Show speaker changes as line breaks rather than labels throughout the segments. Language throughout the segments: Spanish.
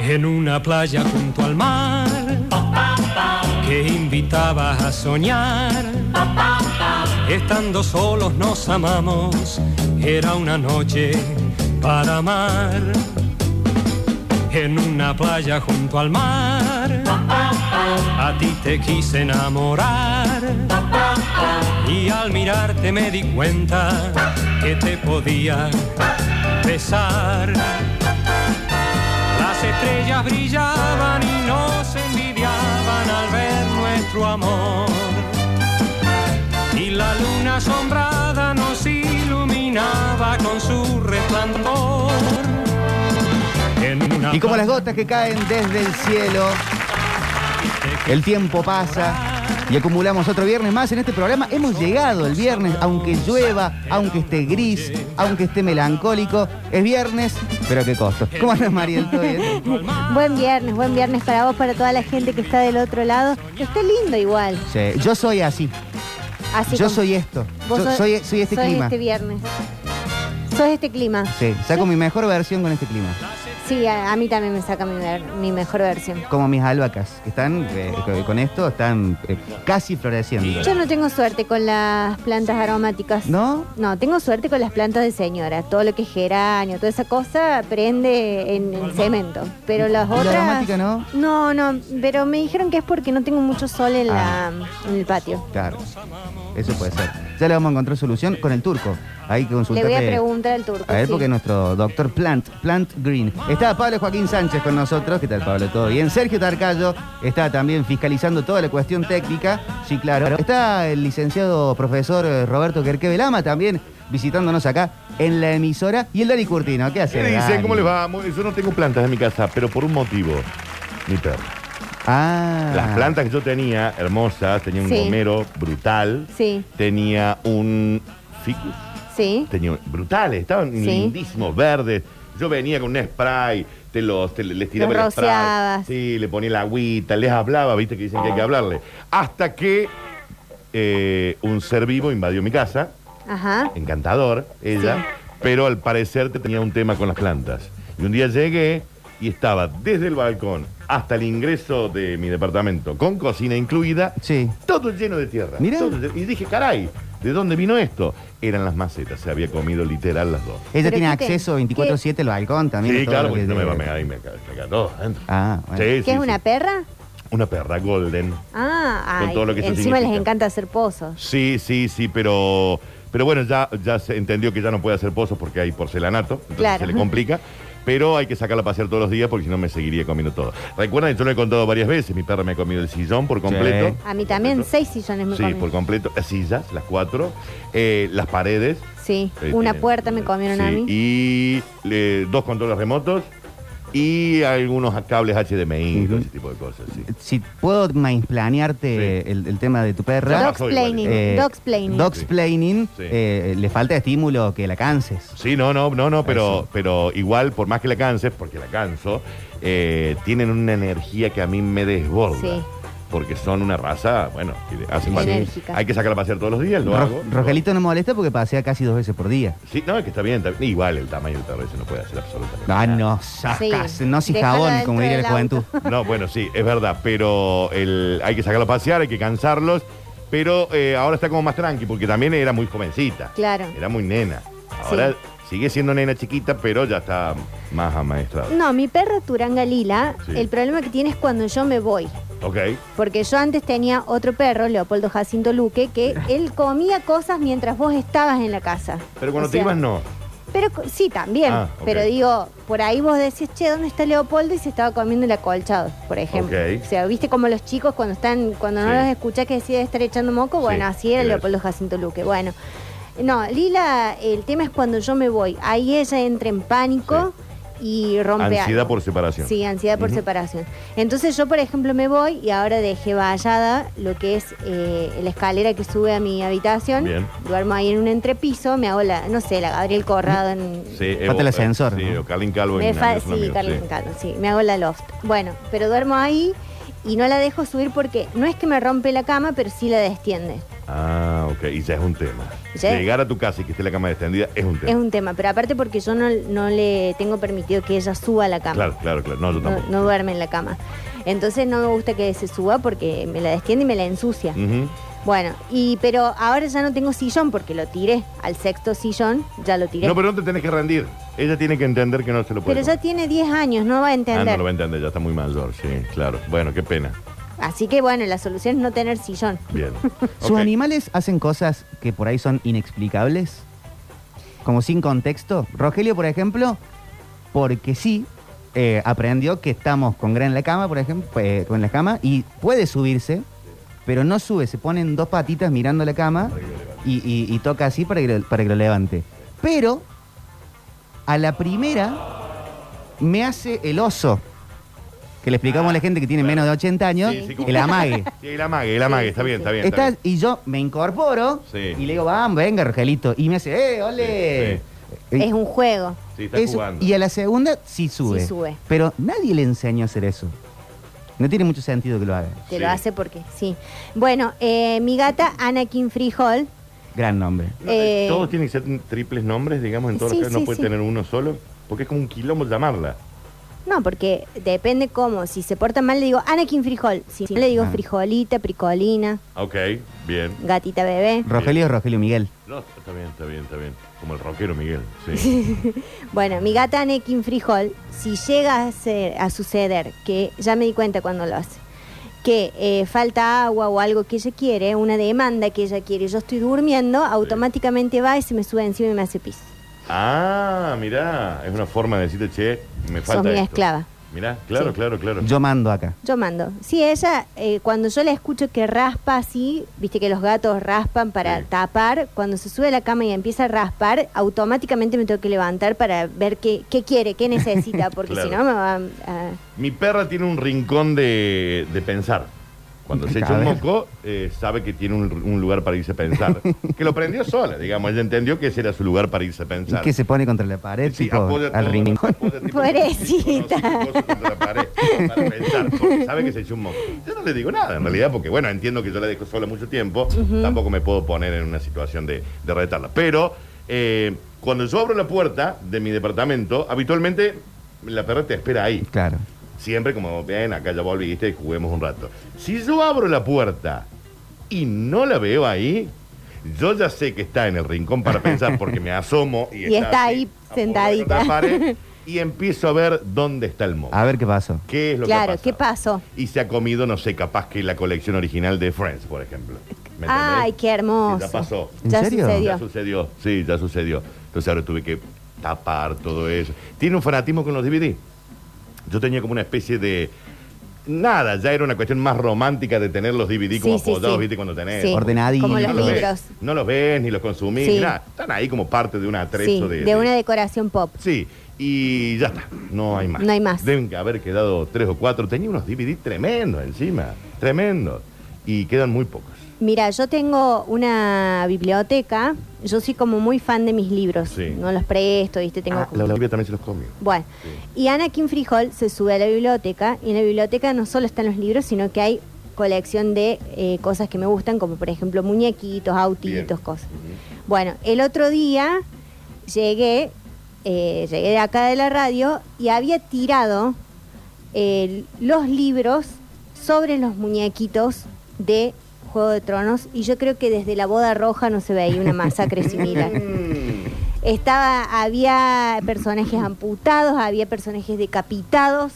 en una playa junto al mar que invitaba a soñar. Estando solos nos amamos, era una noche para amar. En una playa junto al mar, a ti te quise enamorar. Y al mirarte me di cuenta que te podía besar. Las estrellas brillaban y nos envidiaban al ver nuestro amor. Y la luna asombrada nos iluminaba con su resplandor. En una
Y como las gotas que caen desde el cielo, el tiempo pasa y acumulamos otro viernes más en este programa. Hemos llegado el viernes, aunque llueva, aunque esté gris, aunque esté melancólico. Es viernes, pero a qué costo. ¿Cómo andas, Mariel? ¿Todo bien?
Buen viernes, buen viernes para vos, para toda la gente que está del otro lado. Está lindo igual.
Sí, yo soy así.
Así
Yo
como-
soy esto.
vos
Yo
sos-
soy, soy este
sos
clima.
este viernes. Sos este clima.
Sí, saco mi mejor versión con este clima.
Sí, a, a mí también me saca mi, ver- mi mejor versión.
Como mis albahacas, que están eh, co- con esto, están eh, casi floreciendo.
Yo no tengo suerte con las plantas aromáticas.
¿No?
No, tengo suerte con las plantas de señora. Todo lo que es geranio, toda esa cosa prende en, en cemento. Pero las
¿Y la
otras.
aromática no?
No, no, pero me dijeron que es porque no tengo mucho sol en,
Ah.
la- en el patio.
Claro. Eso puede ser. Ya le vamos a encontrar solución con el turco. Hay que
Le
consultarle
voy a preguntar al turco.
A él
sí.
porque es nuestro doctor Plant, Plant Green. Está Pablo Joaquín Sánchez con nosotros. ¿Qué tal, Pablo? ¿Todo bien? Sergio Tarcayo está también fiscalizando toda la cuestión técnica. Sí, claro. Está el licenciado profesor eh, Roberto Querque Velama también visitándonos acá en la emisora. Y el Dani Curtino, ¿qué hace?
¿Qué dicen?
Dani?
¿Cómo les va? Muy- Yo no tengo plantas en mi casa, pero por un motivo. Mi perro.
Ah.
Las plantas que yo tenía, hermosas, tenía un
Sí.
gomero brutal,
Sí,
tenía un ficus,
sí.
tenía un- brutales, estaban
Sí.
lindísimos, verdes. Yo venía con un spray, te los, te- les tiraba
Los
el spray.
rociabas. Ah.
Sí, le ponía la agüita, les hablaba, viste que dicen que hay que hablarle. Hasta que eh, un ser vivo invadió mi casa.
Ajá.
encantador ella,
Sí.
pero al parecer te tenía un tema con las plantas. Y un día llegué y estaba desde el balcón hasta el ingreso de mi departamento, con cocina incluida,
Sí.
todo lleno de tierra.
Mirá.
Todo lleno- y dije, caray, ¿de dónde vino esto? Eran las macetas, se había comido literal las dos.
Ella
Pero
tiene
¿qué-
acceso 24-7 al balcón también.
Sí,
todo
claro,
lo
porque
que-
no me va a mear y me, ca- me cae todo adentro.
Ah, bueno.
Sí,
¿Qué
sí,
es
sí.
una perra?
Una perra golden.
Ah,
Con
ay,
todo lo que eso
encima les
significa.
encanta hacer pozos.
Sí, sí, sí, pero, pero bueno, ya, ya se entendió que ya no puede hacer pozos porque hay porcelanato, entonces
Claro.
se le complica. Pero hay que sacarla a pasear todos los días porque si no me seguiría comiendo todo. Recuerdan, yo lo he contado varias veces, mi perra me ha comido el sillón por completo.
A mí también seis sillones me
Sí,
comieron.
por completo. Las sillas, las cuatro. eh, las paredes.
Sí,
eh,
una
tiene-
puerta me comieron a
sí,
mí.
Y eh, dos controles remotos y algunos cables HDMI,
Ujú.
todo ese tipo de cosas. sí.
Si puedo mansplanearte el, el tema de tu perra.
Claro.
Dogsplaining,
Eh,
dogsplaining.
Dogsplaining,
Sí.
eh, le falta estímulo que la canses.
Sí, no, no, no, no, pero,
Eso.
pero igual, por más que la canses, porque la canso, eh, tienen una energía que a mí me desborda.
Sí.
Porque son una raza, bueno, que le- hace
Sí.
falta.
Enérgica.
Hay que sacarla a pasear todos los días, lo
Ro-
hago. lo-
Rogelito no molesta porque pasea casi dos veces por día.
Sí, no, es que está bien, está bien. Igual el tamaño del perro ese no puede hacer absolutamente
Ah,
nada.
no, sacas,
Sí.
no si
Déjalo
jabón,
dentro
como diría
del
la
auto.
juventud.
No, bueno, sí, es verdad, pero el- hay que sacarla a pasear, hay que cansarlos. Pero eh, ahora está como más tranqui, porque también era muy jovencita.
Claro.
Era muy nena. Ahora sigue siendo nena chiquita, pero ya está más amaestrada.
No, mi perra Turanga Lila,
Sí.
el problema que tiene es cuando yo me voy.
Ok.
Porque yo antes tenía otro perro, Leopoldo Jacinto Luque, que él comía cosas mientras vos estabas en la casa.
Pero cuando
O
te
sea,
ibas, no.
Pero co- sí, también.
Ah, ok.
Pero digo, por ahí vos decís, che, ¿dónde está Leopoldo? Y se estaba comiendo el acolchado, por ejemplo.
Ok.
O sea, viste como los chicos cuando están, cuando no
Sí.
los escuchás que deciden estar echando moco, bueno,
Sí,
así era
era
Leopoldo Jacinto Luque. Bueno. No, Lila, el tema es cuando yo me voy. Ahí ella entra en pánico y rompe
Ansiedad
algo.
por separación.
Sí, ansiedad por
Ujú.
separación. Entonces yo, por ejemplo, me voy y ahora dejé vallada lo que es eh, la escalera que sube a mi habitación.
Bien.
Duermo ahí en un entrepiso, me hago la, no sé, la Gabriel Corrado en...
Sí,
Falta el
eh,
ascensor,
Sí,
¿no?
o Carlin Calvo.
me
en
fa-
Anderson
sí,
Amigos,
Carlos
sí.
Mercado, sí, me hago la loft. Bueno, pero duermo ahí y no la dejo subir porque no es que me rompe la cama, pero sí la destiende.
Ah, Ah, ok. Y ya es un tema.
Sí.
Llegar a tu casa y que esté la cama extendida es un tema.
Es un tema, pero aparte porque yo no, no le tengo permitido que ella suba a la cama.
Claro, claro, claro. No, yo
no,
tampoco.
no duerme en la cama. Entonces no me gusta que se suba porque me la destiende y me la ensucia.
Ujú.
Bueno, y pero ahora ya no tengo sillón porque lo tiré. Al sexto sillón ya lo tiré.
No,
pero
pero no te tenés que rendir. Ella tiene que entender que no se lo puede.
ya
comer.
tiene 10 años, no va a
Ah,
entender.
no lo va a entender, ya está muy mayor, sí, claro. Bueno, qué pena.
Así que bueno, la solución es no tener sillón.
Bien.
¿Sus
Ok.
animales hacen cosas que por ahí son inexplicables? Como sin contexto. Rogelio, por ejemplo, porque sí, eh, aprendió que estamos con Gran en la cama, por ejemplo, eh, con la cama, y puede subirse, pero no sube, se pone en dos patitas mirando la cama y, y- y toca así para que, lo- para que lo levante. Pero a la primera me hace el oso. Que le explicamos a la gente que tiene menos de 80 años,
Sí, sí, como-
el amague.
Sí, el amague, el amague, está bien, está bien. está
Está-
bien.
y yo me incorporo
Sí.
y le digo, vamos, venga, Rogelito. Y me hace, ¡eh, ole! Eh,
Es un juego.
Sí, está
eso-
jugando.
Y a la segunda sí sube.
Sí sube.
Pero nadie le enseñó a hacer eso. No tiene mucho sentido que lo haga.
Te
Sí.
lo hace porque sí. Bueno, eh, mi gata Anakin Frijol.
Gran nombre.
No,
eh,
Todos tienen que ser triples nombres, digamos, en todos
sí,
los casos.
sí,
No puede
sí.
tener uno solo, porque es como un quilombo llamarla.
No, porque depende cómo. Si se porta mal, le digo Anakin Frijol. Si no, le digo
Ah.
frijolita, pricolina,
Ok, bien.
gatita bebé.
Rogelio es Rogelio Miguel.
No, está bien, está bien, está bien. Como el rockero Miguel. Sí.
Bueno, mi gata Anakin Frijol, si llega a, ser- a suceder, que ya me di cuenta cuando lo hace, que eh, falta agua o algo que ella quiere, una demanda que ella quiere, yo estoy durmiendo, automáticamente va y se me sube encima y me hace pis.
Ah, mirá, es una forma de decirte, che, me falta.
Sos mi
esto.
esclava.
Mirá, claro,
Sí.
claro, claro.
Yo mando acá.
Yo mando. Sí, ella, eh, cuando yo la escucho que raspa así, viste que los gatos raspan para
Sí.
tapar, cuando se sube a la cama y empieza a raspar, automáticamente me tengo que levantar para ver qué, qué quiere, qué necesita, porque
Claro.
si no me va a...
Mi perra tiene un rincón de, de pensar. Cuando se echa
A
un
ver.
moco, eh, sabe que tiene un, un lugar para irse a pensar. que lo prendió sola, digamos. Ella entendió que ese era su lugar para irse a
Y
pensar.
que se pone contra la pared,
Sí,
tipo,
apoya
al
todo,
rincón.
apoya tipo-
Pobrecita.
conoce cosas contra la pared para pensar, porque sabe que se echó un moco. Yo no le digo nada, en realidad, porque, bueno, entiendo que yo la dejo sola mucho tiempo. Tampoco me puedo poner en una situación de, de retarla. Pero eh, cuando yo abro la puerta de mi departamento, habitualmente la perra te espera ahí.
Claro.
Siempre como, ven, acá ya volviste, juguemos un rato. Si yo abro la puerta y no la veo ahí, yo ya sé que está en el rincón para pensar porque me asomo y,
Y está
así,
ahí
a
sentadita.
poco contra la pared, y empiezo a ver dónde está el moco.
A ver qué pasó.
¿Qué es lo
claro,
que
¿qué
pasa?
pasó?
Y se ha comido, no sé, capaz que la colección original de Friends, por ejemplo. ¿Me entendés?
Ay, qué hermoso.
Sí, ya pasó.
¿En
Ya
serio?
Ya
sucedió.
sucedió, sí, ya sucedió. Entonces ahora tuve que tapar todo eso. Tiene un fanatismo con los DVD. Yo tenía como una especie de... Nada, ya era una cuestión más romántica de tener los DVD como
Sí, sí,
apoyados,
sí.
¿viste? Cuando tenés...
Sí,
Ordenadito.
Como
No
los
los,
libros.
ves, no los ves, ni los consumís,
Sí.
ni nada. Están ahí como parte de un
Sí,
atrezo
de, una decoración pop.
Sí, y ya está. No hay más.
No hay más.
Deben haber quedado tres o cuatro. Tenía unos DVD tremendos encima. Tremendos. Y quedan muy pocos.
Mira, yo tengo una biblioteca. Yo soy como muy fan de mis libros.
Sí.
No los presto, ¿viste? Tengo
Ah,
como-
la Olivia también se los comió.
Bueno, y Anakin Frijol se sube a la biblioteca y en la biblioteca no solo están los libros, sino que hay colección de eh, cosas que me gustan, como por ejemplo muñequitos, autitos,
Bien.
cosas.
Ujú.
Bueno, el otro día llegué, eh, llegué de acá de la radio y había tirado eh, los libros sobre los muñequitos de Juego de Tronos y yo creo que desde la boda roja no se veía una masacre similar.
Mm.
Estaba, había personajes amputados, había personajes decapitados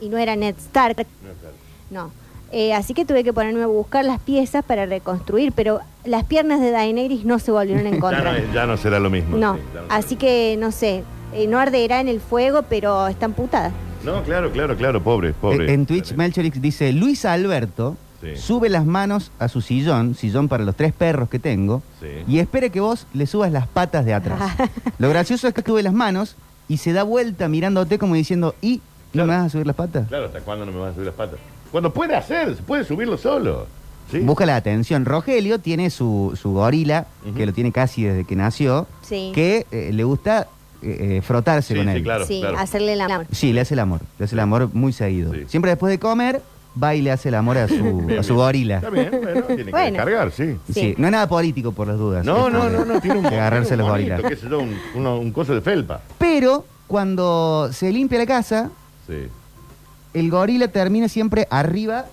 y no era Ned Stark,
No, claro.
no. Eh, así que tuve que ponerme a buscar las piezas para reconstruir, pero las piernas de Daenerys no se volvieron a
Ya no,
encontrar.
es- ya no será lo mismo.
no,
Sí, ya no será
así que no sé, eh, no arderá en el fuego, pero está amputada.
No, claro, claro, claro, pobre, pobre.
Eh, En Twitch, Melchorix dice, Luis Alberto
Sí.
sube las manos a su sillón, sillón para los tres perros que tengo,
Sí.
y espera que vos le subas las patas de atrás.
Ah.
Lo gracioso es que sube las manos y se da vuelta mirándote como diciendo, ¿y no
Claro.
me vas a subir las patas?
Claro, ¿hasta cuándo no me vas a subir las patas? Cuando puede hacer, se puede subirlo solo. ¿Sí?
Busca la atención. Rogelio tiene su, su gorila,
Ujú.
que lo tiene casi desde que nació,
Sí,
que eh, le gusta eh, eh, frotarse
Sí,
con
sí,
él.
claro,
sí
claro.
hacerle la
Sí, le hace el amor, le hace el amor muy seguido.
Sí.
Siempre después de comer, va y le hace el amor a su, a su gorila.
Está bien, bueno, tiene que
Bueno.
descargar, sí.
Sí.
Sí.
no es nada político por las dudas.
No,
Esto
no,
de-
no, no, tiene un
de agarrarse
tiene
los
un
gorilas.
bonito, qué sé yo, un, uno- un coso de felpa.
Pero cuando se limpia la casa,
Sí.
el gorila termina siempre arriba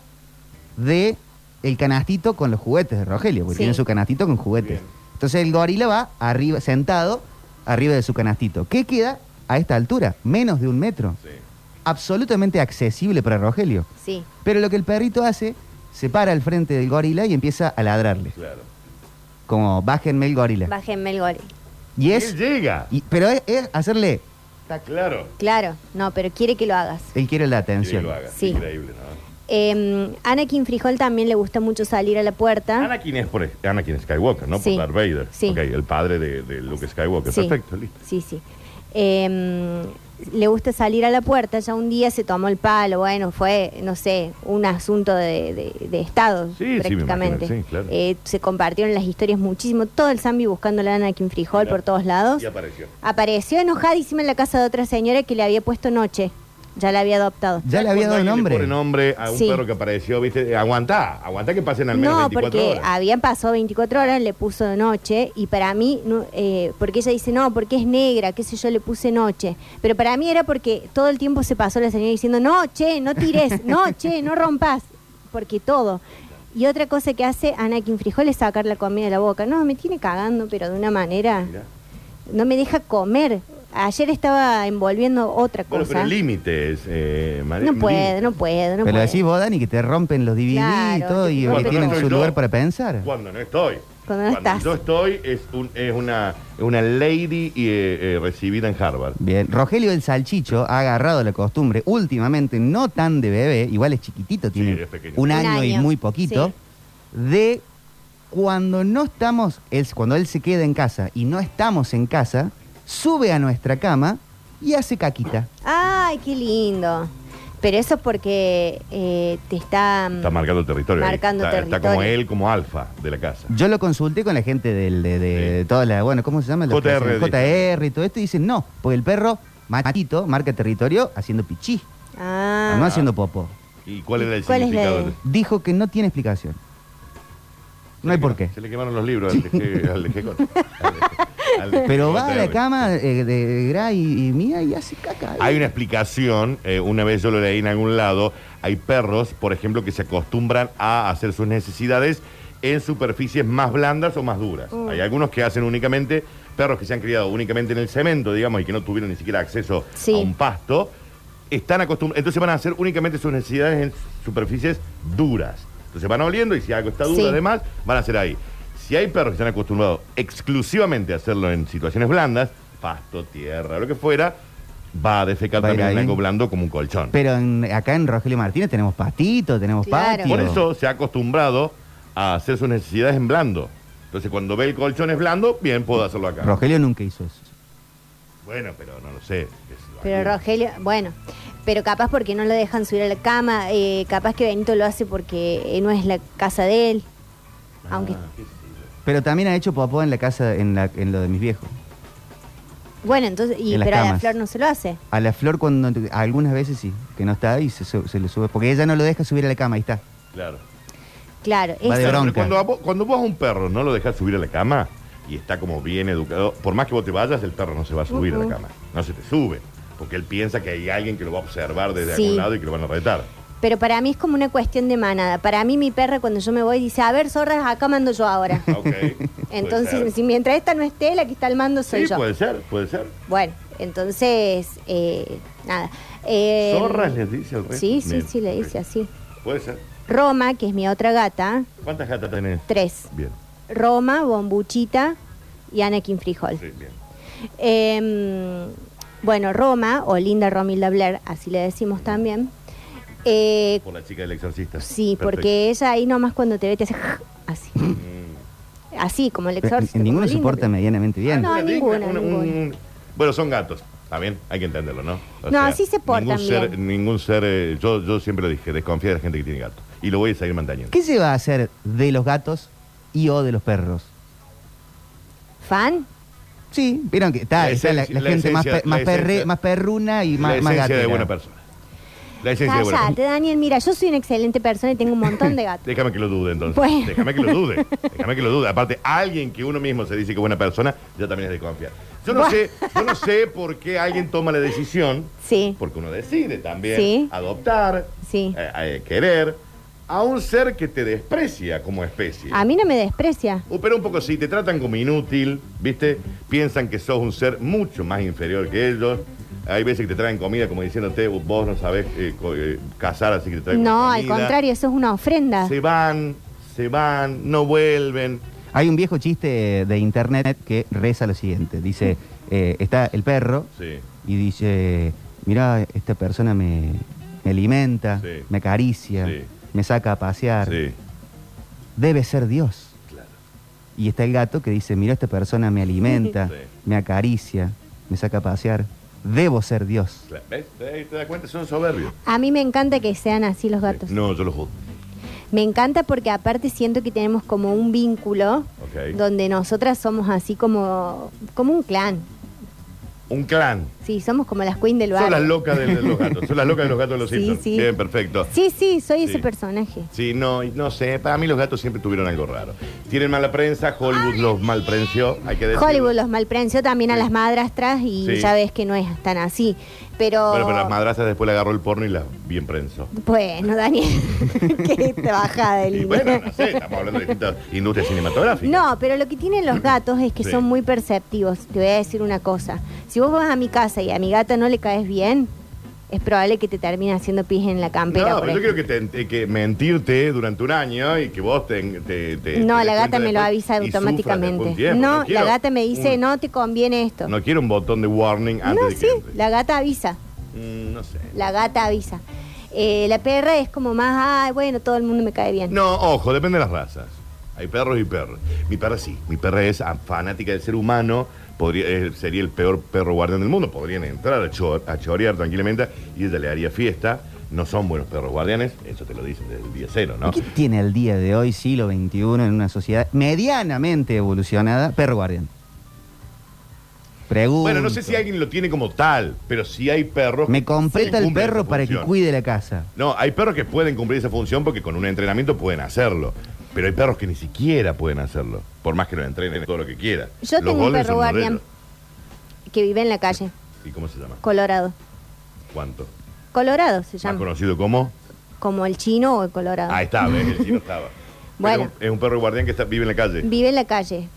de el canastito con los juguetes de Rogelio, porque
Sí.
tiene su canastito con juguetes.
Bien.
Entonces el gorila va arriba, sentado, arriba de su canastito. ¿Qué queda a esta altura? Menos de un metro.
Sí.
Absolutamente accesible para Rogelio.
Sí.
Pero lo que el perrito hace, se para al frente del gorila y empieza a ladrarle.
Claro.
Como, bájenme el gorila.
Bájenme el gol.
Y
Él
es,
llega.
y- pero es, es hacerle,
Claro.
Claro, no, pero quiere que lo hagas.
él quiere la
Quiere que
atención.
lo haga.
Sí.
Increíble, ¿no?
Eh, Anakin Frijol también le gusta mucho salir a la puerta.
Anakin es por Anakin Skywalker, ¿no?
Sí.
Por Darth Vader.
Sí.
Ok, el padre de, de Luke Skywalker.
Sí.
Perfecto, listo.
Sí, sí. Eh, le gusta salir a la puerta. Ya un día se tomó el palo. Bueno, fue, no sé, un asunto de, de- de Estado
Sí, sí, me
prácticamente.
imagino, sí, claro.
Eh, se compartieron las historias muchísimo. Todo el Zambi buscando a Anakin Frijol
Mira.
por todos lados.
Y apareció.
Apareció enojadísima en la casa de otra señora que le había puesto noche. Ya la había adoptado.
Ya le había
Cuando
dado
alguien
nombre.
Le pone nombre a un
Sí.
perro que apareció, ¿viste? Eh, Aguantá, aguantá que pasen al menos
No,
24
porque
horas.
habían pasado 24 horas, le puso de noche y para mí, no, eh, porque ella dice, no, porque es negra, qué sé yo, le puse noche. Pero para mí era porque todo el tiempo se pasó la señora diciendo, no, che, no tires, no, che, no rompas, porque todo. Y otra cosa que hace Anakin Frijol es sacar la comida de la boca. No, me tiene cagando, pero de una manera,
Mirá.
no me deja comer. Ayer estaba envolviendo otra cosa.
Bueno, pero el límite es, eh, María.
no
un
puedo,
límite.
no puedo, no
Pero
puedo.
decís vos, Dani, que te rompen los DVD y
pues. Claro,
todo
te-
y
Cuando
que
no
tienen
estoy
su
yo.
lugar para pensar.
Cuando no estoy.
Cuando no estás.
yo estoy es, un- es una, una lady y, eh, eh, recibida en Harvard.
Bien, Rogelio el Salchicho ha agarrado la costumbre últimamente, no tan de bebé, igual es chiquitito, tiene
es pequeño.
un
Un
año y
año,
muy poquito,
sí.
de cuando no estamos, él- cuando él se queda en casa y no estamos en casa, sube a nuestra cama y hace caquita.
Ay, qué lindo. Pero eso es porque eh, te está...
Está marcando el territorio. ahí.
Marcando
está, Está como
territorio.
él, como alfa de la casa.
Yo lo consulté con la gente del- de, de
Sí.
toda la, bueno, ¿cómo se llama? La
JR,
organización? JR y todo esto, y dicen no, porque el perro, matito, marca territorio haciendo pichí,
Ah,
no haciendo popo.
¿Y cuál era el
¿Cuál es la
significado?
de-
de-
Dijo que no tiene explicación. No hay por qué.
Se le quemaron los libros al de- al de G- al de-
Pero va a la
JR.
cama eh, de Gra y, y mía y hace caca. ahí.
Hay una explicación, eh, una vez yo lo leí en algún lado, hay perros, por ejemplo, que se acostumbran a hacer sus necesidades en superficies más blandas o más duras. Hay algunos que hacen únicamente, perros que se han criado únicamente en el cemento, digamos, y que no tuvieron ni siquiera acceso
Sí.
a un pasto, están acostumbrados, entonces van a hacer únicamente sus necesidades en superficies duras. Entonces van oliendo y si algo está duro
Sí.
además, van a hacer ahí. Si hay perros que se han acostumbrado exclusivamente a hacerlo en situaciones blandas, pasto, tierra, lo que fuera, va a defecar
Va a ir
también en
ahí.
algo blando como un colchón.
Pero en- acá en Rogelio Martínez tenemos pastito, tenemos
Claro.
patio.
Por eso se ha acostumbrado a hacer sus necesidades en blando. Entonces cuando ve el colchón es blando, bien puedo hacerlo acá.
Rogelio nunca hizo eso.
Bueno, pero no lo sé. Es-
pero
aquí-
Rogelio, bueno, pero capaz porque no lo dejan subir a la cama, eh, capaz que Benito lo hace porque eh, no es la casa de él.
Ah.
Aunque,
Pero también ha hecho popó en la casa, en, la- en lo de mis viejos.
bueno, entonces, y,
En las
pero a la
camas.
flor no se lo hace.
A la flor cuando algunas veces sí, que no está y se, su- se le sube. Porque ella no lo deja subir a la cama, ahí está.
Claro.
Claro,
Va de
eso-
Pero
bronca.
Cuando, a vos, cuando vos a un perro no lo dejas subir a la cama y está como bien educado, por más que vos te vayas, el perro no se va a subir a
Ujú.
la cama. No se te sube. Porque él piensa que hay alguien que lo va a observar desde
Sí.
algún lado y que lo van a retar.
pero para mí es como una cuestión de manada. Para mí mi perra cuando yo me voy dice, a ver, zorras, acá mando yo ahora.
Ah, ok. Puede ser.
Entonces, si mientras esta no esté, la que está al mando soy
Sí,
yo.
puede ser, puede ser.
Bueno, entonces, eh, nada. Eh,
Zorras les dice al rey.
Sí, sí,
Bien.
sí, le dice así.
Puede ser.
Roma, que es mi otra gata,
¿Cuántas gatas tenés?
tres.
Bien.
Roma, Bombuchita y Anakin Frijol.
Sí, bien.
Eh, bueno, Roma, o Linda Romilda Blair, así le decimos también. eh,
Por la chica del exorcista.
sí,
Perfecto.
porque ella ahí nomás cuando te ve te hace así. Así, como el
Pero,
exorcista.
ninguno
como
se
Linda.
porta medianamente bien.
Ah, No,
Una digna,
ninguna,
una-
ninguna.
un- Bueno, son gatos. Está bien, hay que entenderlo, ¿no?
No, así se portan
ningún Ser,
bien.
ningún ser, eh, yo, yo siempre lo dije, desconfía de la gente que tiene gatos. Y lo voy a seguir manteniendo.
¿Qué se va a hacer de los gatos y o de los perros?
¿Fan?
Sí, vieron que está,
La
está la-
esencia-
la,
la
gente más,
esencia-
pe- más,
la esencia-
perre- más perruna y más,
la
más
esencia de
gatera.
buena persona. La esencia de buena
Cállate,
gente.
Daniel, mira, yo soy una excelente persona y tengo un montón de gatos.
Déjame que lo dude entonces.
Bueno.
Déjame que lo dude. Déjame que lo dude. Aparte, alguien que uno mismo se dice que es buena persona, ya también es de confiar. Yo no
Bueno.
sé, yo no sé por qué alguien toma la decisión,
Sí,
porque uno decide también
Sí.
adoptar,
sí.
eh, eh, querer a un ser que te desprecia como especie.
A mí no me desprecia.
Uh, pero un poco sí, te tratan como inútil, ¿viste? Piensan que sos un ser mucho más inferior que ellos. Hay veces que te traen comida como diciéndote, "Uh, vos no sabés eh, co- eh, cazar, así que te traigo
No, al
comida".
contrario, eso es una ofrenda.
Se van, se van, no vuelven.
Hay un viejo chiste de internet que reza lo siguiente. Dice, eh, está el perro
Sí.
y dice, mira, esta persona me, me alimenta,
Sí.
me acaricia,
Sí.
me saca a pasear.
Sí,
Debe ser Dios.
claro.
Y está el gato que dice, mira, esta persona me alimenta,
Sí.
me acaricia, me saca a pasear. Debo ser Dios.
Cla- ¿Ves? ¿Te, te das cuenta? Son soberbios.
A mí me encanta que sean así los gatos.
No, yo los juzgo.
Me encanta porque aparte siento que tenemos como un vínculo
Ok.
donde nosotras somos así como, como un clan.
Un clan.
Sí, somos como las queen del
Son las
barrio.
locas de, de los gatos. Son las locas de los gatos de los
Sí,
Simpsons.
sí.
Bien, perfecto.
Sí, sí, soy
Sí.
ese personaje.
Sí, no, y no sé. Para mí los gatos siempre tuvieron algo raro. Tienen mala prensa, Hollywood los malprenció, hay que decirlo.
Hollywood los malprenció también a
Sí.
las madrastras y
Sí.
ya ves que no es tan así. Pero,
Bueno, pero las madrasas después le agarró el porno y las bien prensó.
bueno, Daniel, qué te bajada de
Y
línea.
bueno, no sé, estamos hablando de distintas industrias cinematográficas.
No, pero lo que tienen los gatos es que
Sí.
son muy perceptivos. Te voy a decir una cosa. Si vos vas a mi casa y a mi gata no le caes bien, es probable que te termine haciendo pis en la campera.
No,
por
pero yo
ejemplo.
creo que, te- que mentirte durante un año y que vos te... te- te- te
No,
des
la
cuenta
gata me
este,
lo
después
avisa
y sufras después
automáticamente.
un tiempo.
no, la
quiero
gata me dice,
un-
no te conviene esto.
No quiero un botón de warning antes
No,
de que
sí,
entre.
la gata avisa.
Mm, no sé.
La gata avisa. Eh, la perra es como más, ay, bueno, todo el mundo me cae bien.
No, ojo, depende de las razas. Hay perros y perros. Mi perra sí. Mi perra es ah, fanática del ser humano. Podría, eh, sería el peor perro guardián del mundo. Podrían entrar a, cho- a chorear tranquilamente y ella le haría fiesta. No son buenos perros guardianes. Eso te lo dicen desde el día cero, ¿no?
¿Qué tiene el día de hoy, siglo XXI, en una sociedad medianamente evolucionada? Perro guardián. Pregunto.
Bueno, no sé si alguien lo tiene como tal, pero sí hay perros.
Me
que
completa el
cumplen
perro
esa
para que
función.
cuide la casa.
No, hay perros que pueden cumplir esa función porque con un entrenamiento pueden hacerlo. Pero hay perros que ni siquiera pueden hacerlo. Por más que lo entrenen todo lo que quiera.
Yo
Los
tengo un
Golden
perro
son uno de
guardián
ellos.
que vive en la calle,
¿Y cómo se llama?
Colorado.
¿Cuánto?
Colorado se
Más
llama.
conocido como.
Como el chino o el colorado.
Ahí está, ves, el chino estaba.
Ah. Bueno.
Pero Es un perro guardián que está, vive en la calle.
Vive en la calle.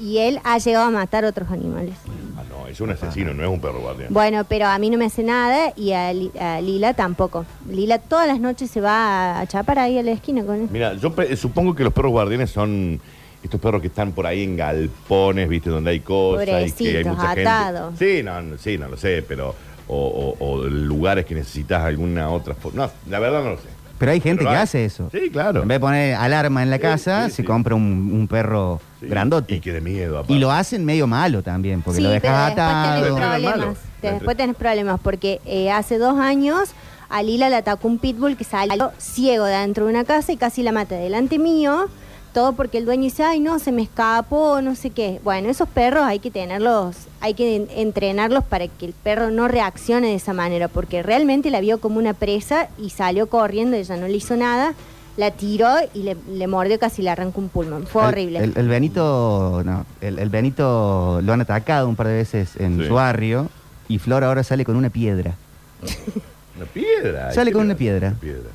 Y él ha llegado a matar otros animales.
Ah, no, es un asesino, no es un perro guardián.
Bueno, pero a mí no me hace nada y a, Li- a Lila tampoco. Lila todas las noches se va a, a chapar ahí a la esquina con él.
Mira, yo pe- supongo que los perros guardianes son estos perros que están por ahí en galpones, ¿viste? Donde hay cosas y que hay
Pobrecitos,
mucha
atados.
gente. Sí, no, no- sí, no lo sé, pero. O, o- o lugares que necesitas alguna otra forma. No, la verdad no lo sé.
Pero hay gente
Pero
que
hay.
hace eso.
Sí, claro.
En vez de poner alarma en la
Sí,
casa,
sí,
se
sí.
compra un, un perro
Sí.
grandote.
Y que de miedo, aparte.
Y lo hacen medio malo también, porque
sí,
lo
pero
dejas
después tenés
atado.
Pero no es malo.
problemas.
Entre-
Después tenés problemas porque eh, hace dos años a Lila la atacó un pitbull que salió ciego de adentro de una casa y casi la mata delante mío. Todo porque el dueño dice, ay no, se me escapó, no sé qué. Bueno, esos perros hay que tenerlos, hay que en- entrenarlos para que el perro no reaccione de esa manera, porque realmente la vio como una presa y salió corriendo, ella no le hizo nada, la tiró y le, le mordió, casi le arrancó un pulmón. Fue
El-
horrible.
El, el Benito, no, el, el Benito lo han atacado un par de veces en
Sí.
su barrio y Flor ahora sale con una piedra.
Una piedra.
Sale
¿qué
con
le
una
hace?
piedra.
piedra.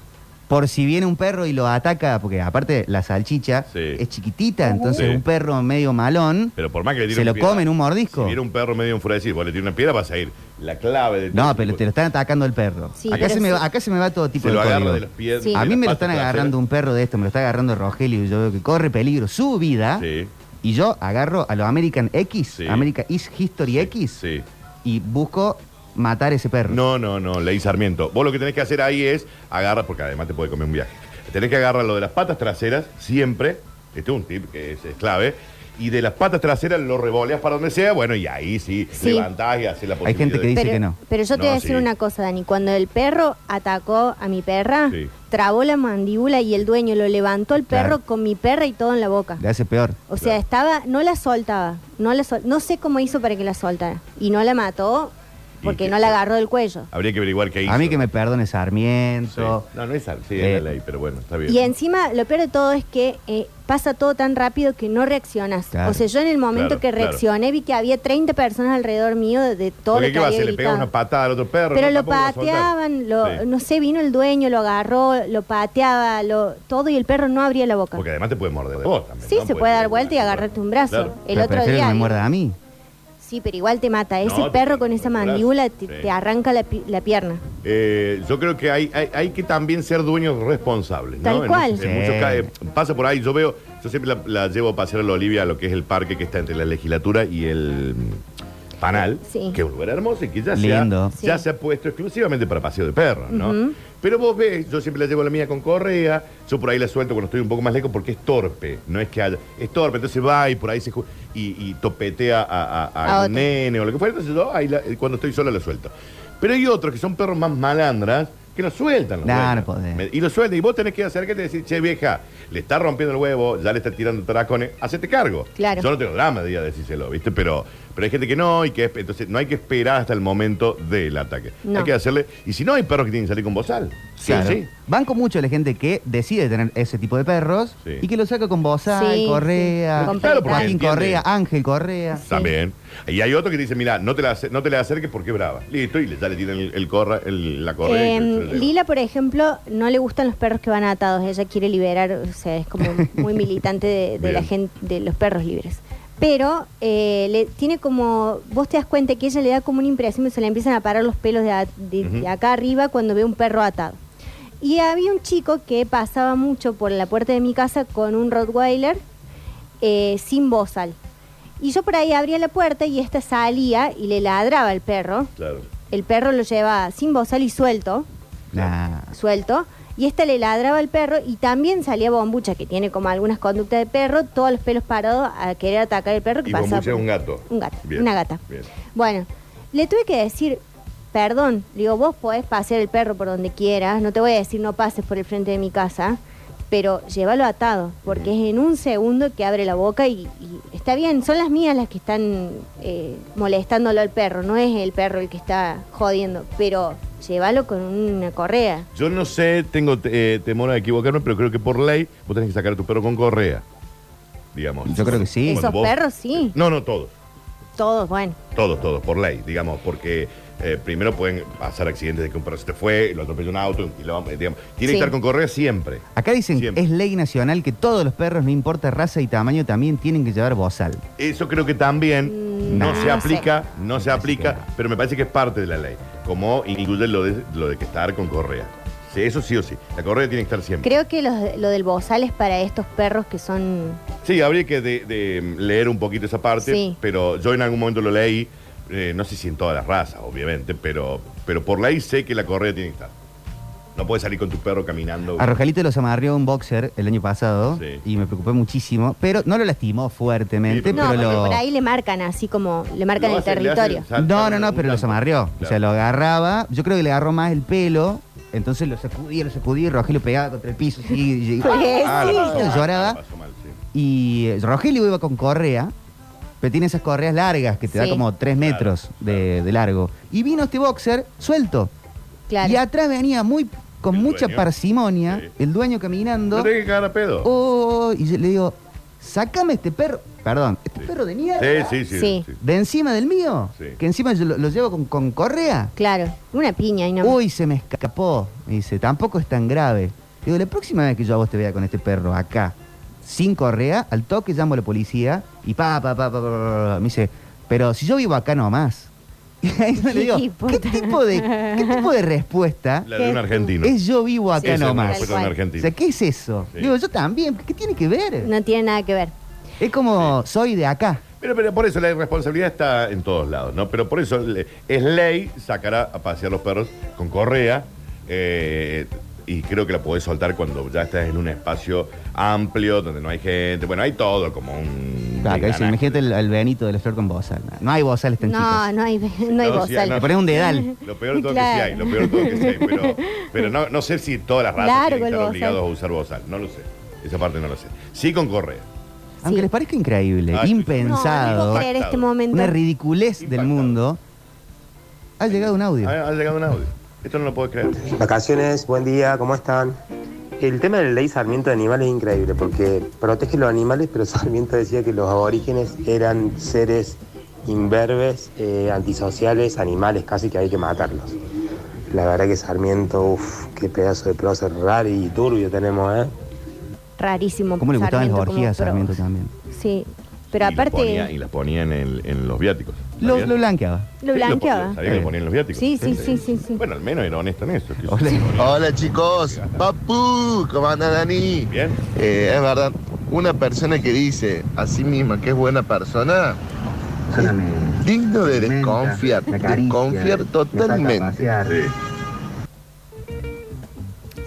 Por si viene un perro y lo ataca, porque aparte la salchicha
Sí.
es chiquitita, entonces
Sí.
un perro medio malón
Pero por más que le tire
se
una
lo
piedra,
come en un mordisco.
Si viene un perro medio enfurecido, vos le tiras una piedra, vas a ir. La clave de
No, pero te lo están atacando el perro.
Sí,
acá,
pero
se me,
sí.
va- acá se me va todo tipo
Se
de
lo agarra
código.
de los pies.
Sí.
de
A mí
las
me lo
patas
están
traseras.
agarrando un perro de esto, me lo está agarrando Rogelio, y yo veo que corre peligro su vida.
Sí,
Y yo agarro a los American X,
Sí.
American Is History X,
sí.
y busco matar ese perro.
No, no, no, Ley Sarmiento. Vos lo que tenés que hacer ahí es agarrar, porque además te puede comer un viaje. Tenés que agarrar lo de las patas traseras, siempre. Este es un tip que es, es clave. Y de las patas traseras lo revoleas para donde sea, bueno, y ahí sí,
Sí.
levantás y haces la posibilidad.
gente que
de-
dice
pero,
que no.
Pero yo te voy a
No,
decir
sí.
una cosa, Dani. Cuando el perro atacó a mi perra,
Sí.
trabó la mandíbula y el dueño lo levantó al perro
Claro.
con mi perra y todo en la boca.
Le hace peor.
O sea,
Claro.
estaba, no la soltaba, no la sol- no sé cómo hizo para que la soltara y no la mató. porque
que-
no la agarró del cuello.
Habría que averiguar qué hizo.
A mí que me perdone
Sí.
Sarmiento.
No, no es al- sí,
Eh,
es la ley, pero bueno, está bien.
Y encima, lo peor de todo es que eh, pasa todo tan rápido que no reaccionas.
Claro.
O sea, yo en el momento
Claro,
que
claro.
reaccioné vi que había 30 personas alrededor mío de, de todo
Porque
lo
qué
que
va a
había
hacer, le pega
gritado.
una patada al otro perro.
Pero
no,
lo
Tampoco va a soltar.
pateaban, lo,
Sí.
no sé, vino el dueño, lo agarró, lo pateaba, lo, todo y el perro no abría la boca.
Porque además te puede morder vos también.
Sí,
¿no?
se
Puede
puede dar
ser
vuelta y
una-
agarrarte un brazo.
Claro.
El
Pero
otro
prefiero
día.
que me muerda a mí.
Sí, pero igual te mata. Ese
No, te-
perro con esa
un brazo,
mandíbula te,
sí.
te arranca la, pi- la pierna.
Eh, yo creo que hay, hay, hay que también ser dueños responsables. ¿no?
Tal
En
cual.
muchos- En,
Sí.
muchos ca- eh, pasa por ahí, yo veo, yo siempre la, la llevo a pasear a la Olivia a lo que es el parque que está entre la legislatura y el mm, panal,
Eh, Sí.
que es un lugar hermoso y que ya,
Lindo.
Se, ha, ya
Sí.
se ha puesto exclusivamente para paseo de perros, ¿no?
Ujú.
Pero vos ves, yo siempre la llevo a la mía con correa, yo por ahí la suelto cuando estoy un poco más lejos porque es torpe, no es que haya, es torpe, entonces va y por ahí se ju- y, y topetea a, a- a
A
algún
otro.
nene o lo que fuera, entonces yo ahí la- eh, cuando estoy sola la suelto. Pero hay otros que son perros más malandras que lo sueltan. los
No,
dueños.
no podés.
Me- Y lo sueltan. Y vos tenés que acercarte y decir, che, vieja, le está rompiendo el huevo, ya le está tirando taracones, hacete cargo.
Claro.
Yo no tengo drama de ir a decírselo, ¿viste? Pero, pero hay gente que no, y que esp- entonces no hay que esperar hasta el momento del ataque.
No.
Hay que hacerle. Y si no, hay perros que tienen que salir con bozal. Sí,
Claro.
sí.
Banco mucho la gente que decide tener ese tipo de perros
Sí.
y que lo saca con bozal,
Sí,
correa,
sí. Con
Claro, porque
Joaquín
entiende.
Correa, Ángel Correa.
También. Y hay otro que dice, mira, no te la, ace- no te la acerques porque es brava. Listo, y le- ya le tiran el, el corra, el- la correa. y
Eh,
se lo llevan.
Lila, por ejemplo, no le gustan los perros que van atados. Ella quiere liberar, o sea, es como muy militante de, de la
Bien.
gente, de los perros libres. Pero eh, le tiene como, vos te das cuenta que ella le da como una impresión, se le empiezan a parar los pelos de, a- de-
Ujú.
de acá arriba cuando ve un perro atado. Y había un chico que pasaba mucho por la puerta de mi casa con un Rottweiler eh, sin bozal. Y yo por ahí abría la puerta y esta salía y le ladraba al perro.
Claro.
El perro lo lleva sin bozal y suelto,
Nah.
suelto. Y esta le ladraba al perro y también salía Bombucha, que tiene como algunas conductas de perro, todos los pelos parados a querer atacar al perro que
Y
pasaba
Bombucha
por-
es un gato.
Un gato,
Bien,
una gata.
bien.
Bueno, le tuve que decir, perdón, le digo, vos podés pasear el perro por donde quieras, no te voy a decir no pases por el frente de mi casa, pero llévalo atado, porque es en un segundo que abre la boca y, y está bien, son las mías las que están eh, molestándolo al perro, no es el perro el que está jodiendo, pero llévalo con una correa.
Yo no sé, tengo eh, temor a equivocarme, pero creo que por ley vos tenés que sacar a tu perro con correa. Digamos.
Yo creo que sí.
Cuando
Esos
vos- eh,
perros sí,
No, no, todos.
todos, bueno.
Todos, todos, por ley, digamos, porque eh, primero pueden pasar accidentes de que un perro se te fue, lo atropelló un auto y lo eh, digamos. Tiene que
Sí.
estar con correa siempre.
Acá dicen que
Siempre.
es ley nacional que todos los perros, no importa raza y tamaño, también tienen que llevar bozal.
Eso creo que también
Mm,
no,
no
se
sé.
aplica, no se
parece
aplica,
que no.
pero me parece que es parte de la ley. Como incluye lo de, lo de que estar con correa. Sí, eso sí o sí. La correa tiene que estar siempre.
Creo que los- lo del bozal es para estos perros que son
Sí, habría que de, de mm, leer un poquito esa parte,
Sí.
pero yo en algún momento lo leí, eh, no sé si en todas las razas, obviamente, pero, pero por ley sé que la correa tiene que estar. No puedes salir con tu perro caminando.
A Rogelito los amarrió un boxer el año pasado
Sí.
y me preocupé muchísimo, pero no lo lastimó fuertemente,
Sí,
No,
pero
porque
lo...
por ahí le marcan así como le marcan
Lo
el
hace- le hace
territorio.
saltar
No, no, no,
un
pero los
campo.
amarrió. O
Claro.
sea, lo agarraba. Yo creo que le agarró más el pelo. Entonces lo sacudía, lo sacudía y Rogelio pegaba contra el piso. así, y-
Pues,
Ah, la pasó
Sí.
mal,
Lloraba.
la pasó mal, sí.
Y eh, Rogelio iba con correa, pero tiene esas correas largas que te da
Sí.
como 3
Claro,
metros de, de largo. Y vino este boxer suelto.
Claro.
Y atrás venía muy con
El
mucha
dueño.
parsimonia
Sí.
el dueño caminando.
No tenés que cagar a pedo.
Oh, y yo le digo, sacame este perro. Perdón, este
Sí.
perro de mierda.
Sí, sí, sí.
Sí.
sí.
De encima del mío.
Sí.
Que encima yo lo, lo llevo con, con correa.
Claro, una piña y no.
Uy, se me escapó. Me dice, tampoco es tan grave. Digo, la próxima vez que yo a vos te vea con este perro acá, sin correa, al toque llamo a la policía y pa, pa, pa, pa, pa, pa, pa. Me dice, pero si yo vivo acá nomás. Y ahí yo le digo,
¿Qué
¿qué
importa?
tipo de, qué tipo de respuesta
La de un
¿Qué?
argentino.
es yo vivo
Esa
acá
es la
nomás?
respuesta de un
Tal cual.
O
argentino.
sea, ¿qué es eso?
Sí.
Digo, yo también, ¿qué tiene que ver?
No tiene nada que ver.
Es como, soy de acá.
Pero, pero por eso la irresponsabilidad está en todos lados, ¿no? Pero por eso le- es ley sacar a, a pasear los perros con correa eh, y creo que la podés soltar cuando ya estás en un espacio amplio, donde no hay gente. Bueno, hay todo como un...
Claro, que dice,
ganaje.
imagínate el, el Benito de la flor con bozal. No hay bozales tan
No,
chicos.
no hay, no hay
No, sí hay,
bozal.
Le pones un dedal.
Lo peor de todo que sí
Claro.
hay, lo peor de todo que sí hay, pero, pero no, no sé si todas las razas
Largo
tienen que
el
estar
bozal.
obligados a usar bozal, no lo sé. Esa parte no lo sé. Sí con correa.
Aunque
Sí.
les parezca increíble,
Ay,
No, no
impensado.
puedo creer este momento.
Una ridiculez del
Impactado.
mundo. Ha llegado un audio.
Ah, Ha, ha llegado un audio. Esto no lo puedo creer.
Vacaciones, buen día, ¿cómo están? El tema de la ley Sarmiento de animales es increíble porque protege los animales, pero Sarmiento decía que los aborígenes eran seres imberbes, eh, antisociales, animales casi que hay que matarlos. La verdad que Sarmiento, uff, qué pedazo de prócer raro y turbio tenemos, ¿eh?
Rarísimo.
¿Cómo le gustaban las
Sarmiento como
orgías a
pro.
Sarmiento también?
Sí, pero
Y las
aparte
ponía- y las ponía en, el- en los viáticos.
Lo,
¿Sabías?
lo blanqueaba.
lo
Sí, ponía,
blanqueaba.
Sabía que lo ponía en los viáticos.
Sí, sí, sí, sí, sí.
Bueno, al menos era honesto en eso. que-
Hola.
Hola chicos, papu, ¿cómo anda Dani?
Bien.
Eh, es verdad, una persona que dice a sí misma que es buena persona, es digno de desconfiar, desconfiar totalmente.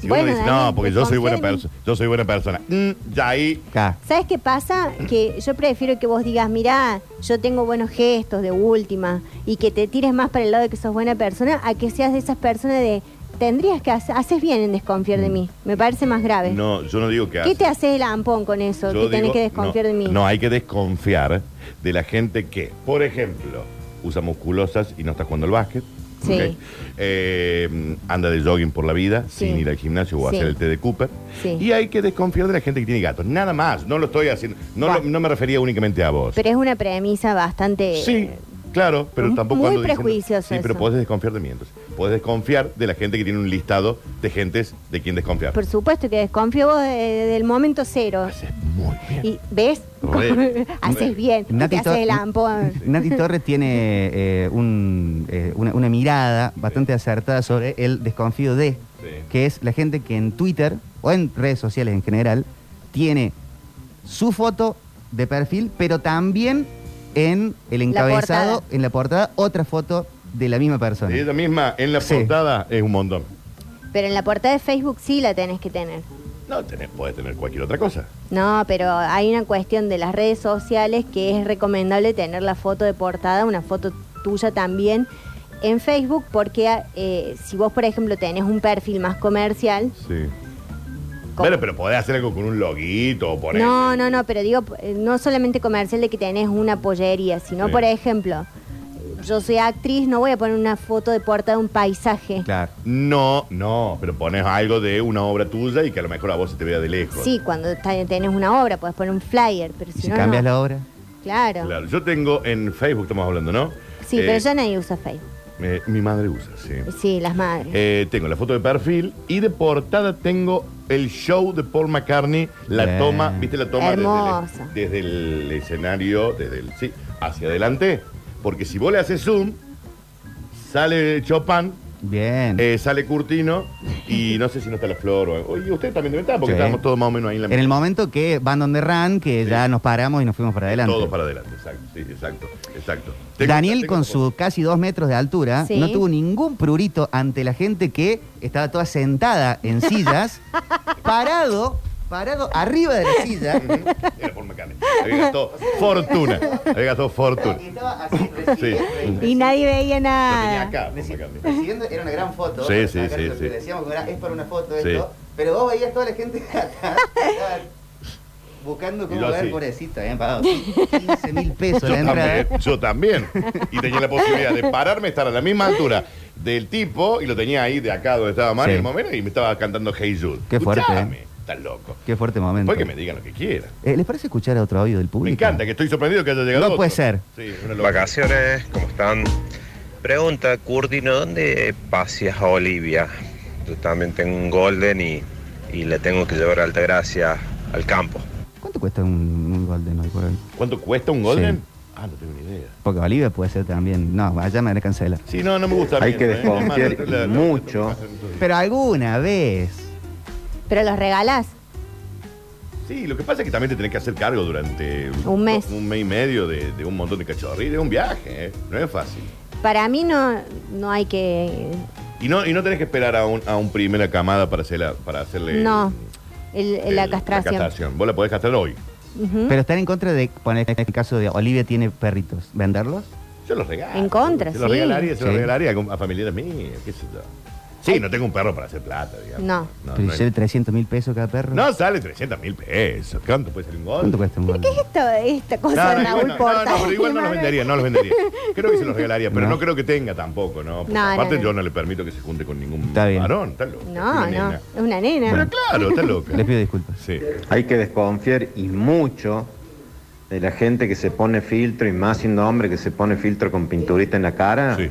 Y uno
Bueno,
dice,
Dani,
no, porque yo soy buena
desconfíen.
persona. Yo soy buena persona. Mm, ya ahí.
Acá.
¿Sabes qué pasa? Que yo prefiero que vos digas, mirá, yo tengo buenos gestos de última y que te tires más para el lado de que sos buena persona a que seas de esas personas de, tendrías que hacer, haces bien en desconfiar de mí. Me parece más grave.
Mm. No, yo no digo que
¿Qué
hace.
te haces el ampón con eso?
Yo
que tenés
digo,
que desconfiar
no,
de mí.
No, hay que desconfiar de la gente que, por ejemplo, usa musculosas y no está jugando al básquet.
Sí.
¿ok? Eh, anda de jogging por la vida
Sí.
sin ir al gimnasio o
Sí.
hacer el té de Cooper.
Sí.
Y hay que desconfiar de la gente que tiene gatos. Nada más. No lo estoy haciendo. No, lo-
Bueno.
no me refería únicamente a vos.
Pero es una premisa bastante...
Sí, claro, pero
muy
tampoco ando diciendo-
prejuicioso
Sí, pero
eso.
podés desconfiar de mí entonces. Podés desconfiar de la gente que tiene un listado de gentes de quien desconfiar.
Por supuesto que desconfío vos desde el momento cero.
Haces muy bien.
Y ves,
Re. Re.
haces bien, ¿Qué te
Nati,
haces
Tor-
el ampón.
Nati Torres tiene eh, un, eh, una, una mirada bastante acertada sobre el desconfío de,
Sí.
que es la gente que en Twitter o en redes sociales en general tiene su foto de perfil, pero también en el encabezado,
portada.
en la portada, otra foto de la misma persona.
Ella misma en la
Sí.
portada es un montón.
Pero en la portada de Facebook sí la tenés que tener.
No, tenés, podés tener cualquier otra cosa.
No, pero hay una cuestión de las redes sociales que es recomendable tener la foto de portada, una foto tuya también en Facebook, porque eh, si vos, por ejemplo, tenés un perfil más comercial...
Sí.
como-
Bueno, pero podés hacer algo con un loguito o poner.
No, no, no, pero digo, eh, no solamente comercial de que tenés una pollería, sino,
Sí.
por ejemplo, yo soy actriz, no voy a poner una foto de portada de un paisaje.
Claro.
No, no, pero pones algo de una obra tuya y que a lo mejor a vos se te vea de lejos.
Sí, cuando ta- tenés una obra, podés poner un flyer, pero
Y
si
si
no,
cambias
no.
la obra.
Claro.
Claro, yo tengo en Facebook, estamos hablando, ¿no?
Sí,
Eh,
pero ya nadie usa Facebook.
eh, mi madre usa, sí.
Sí, las madres.
Eh, tengo la foto de perfil y de portada tengo el show de Paul McCartney, la
Bien.
toma, ¿viste la toma desde
Hermosa.
el, desde el escenario, desde el sí, hacia adelante? Porque si vos le haces zoom, sale Chopin,
Bien.
eh, sale Curtino y no sé si no está la flor o algo. Oye, usted también debe estar porque
Sí.
estábamos todos más o menos ahí en la
en el momento que van donde ran, que
Sí.
ya nos paramos y nos fuimos para adelante.
Todos para adelante, exacto, sí, exacto, exacto. Tengo-
Daniel
tengo
con
la foto.
sus casi dos metros de altura
Sí.
no tuvo ningún prurito ante la gente que estaba toda sentada en sillas, parado, parado arriba de la silla.
Era Paul McCartney. Había gastado fortuna. Había gastado fortuna.
Estaba así,
Sí.
Y nadie veía
Lo tenía
nada.
acá, Paul McCartney.
Recibiendo, era una gran foto.
Sí, sí,
Acá
sí,
lo que
sí.
Decíamos que era- es para una foto
Sí.
esto. Pero vos veías toda la gente acá, estaba buscando
Y
cómo
yo
ver,
así.
pobrecita, habían pagado 15 mil pesos
Yo
la entrada.
también, yo también. Y tenía la posibilidad de pararme, estar a la misma altura del tipo, y lo tenía ahí de acá donde estaba Mario
Sí.
en el momento, y me estaba cantando Hey Jude.
Qué fuerte,
Escuchame, Estás loco.
Qué fuerte momento.
Después que me digan lo que quieran.
Eh, ¿Les parece escuchar a otro audio del público?
Me encanta, que estoy sorprendido que haya llegado.
No puede
otro.
ser.
Sí, una locura.
Vacaciones, ¿cómo están? Pregunta, Curtino, ¿dónde paseas a Olivia? Yo también tengo un Golden y, y la tengo que llevar a Altagracia al campo.
¿Cuánto cuesta un, un Golden hoy por hoy?
¿Cuánto cuesta un Golden?
Sí.
Ah, no tengo ni idea.
Porque Bolivia puede ser también. No, allá me van a cancelar.
Sí, no, no me gusta.
Hay
bien,
que
¿eh?
desconfiar
Además, la- la-
mucho.
Pero alguna vez.
Pero los regalás.
Sí, lo que pasa es que también te tenés que hacer cargo durante
Un mes.
Un mes y medio de, de un montón de cachorrillos. Es un viaje, ¿eh? No es fácil.
Para mí no, no hay que...
Y no, y no tenés que esperar a un, a un primera camada para, hacerla, para hacerle.
No, el- el-
el-
la castración.
Vos la podés castrar hoy.
Ujú.
Pero están en contra de poner en el caso de Olivia tiene perritos. ¿Venderlos?
Yo los regalo.
En contra,
Yo los
sí.
regalaría, se los
Sí.
regalaría a, a familiares mías, qué sé yo. Sí, no tengo un perro para hacer plata, digamos.
No.
Pero
No, no
si
hay-
sale 300 mil pesos cada perro.
No sale 300 mil pesos. ¿Cuánto puede salir un gol?
Mm. ¿Cuánto cuesta un gol?
¿Qué es esta, esta
No,
cosa de
no,
Raúl
igual no,
Porta?
no, no, pero igual no los vendería, no los vendería. Creo que se los regalaría, pero
No.
no, creo que tenga tampoco, ¿no? Porque
No, no,
aparte
no.
yo no le permito que se junte con ningún
Está bien.
varón, está loco.
No, no,
nena.
es una nena.
Pero claro, está loca.
Les pido disculpas.
Sí.
Hay que desconfiar y mucho de la gente que se pone filtro y más siendo hombre que se pone filtro con pinturita en la cara
Sí.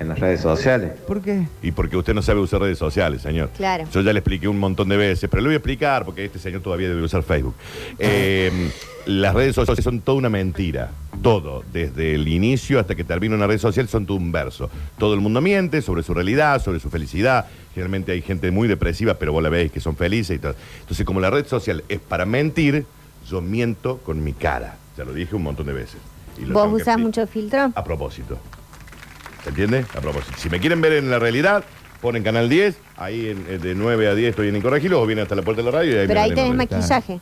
en las redes sociales.
¿Por qué?
Y porque usted no sabe usar redes sociales, señor.
Claro.
Yo ya le expliqué un montón de veces, pero le voy a explicar porque este señor todavía debe usar Facebook. Eh, las redes sociales son toda una mentira. Todo, desde el inicio hasta que termina una red social, son todo un verso. Todo el mundo miente sobre su realidad, sobre su felicidad. Generalmente hay gente muy depresiva, pero vos la veis que son felices y todo. Entonces, como la red social es para mentir, yo miento con mi cara. Ya lo dije un montón de veces. Y lo tengo que
¿Vos
Ah,
usás
explicar.
mucho filtro?
A propósito. ¿Se entiende? A propósito. Si me quieren ver en la realidad, ponen Canal 10, ahí en- eh, de 9 a 10 estoy en Incorregilos o vienen hasta la puerta de la radio y ahí me
Pero ahí
ven en
tenés
la realidad.
maquillaje.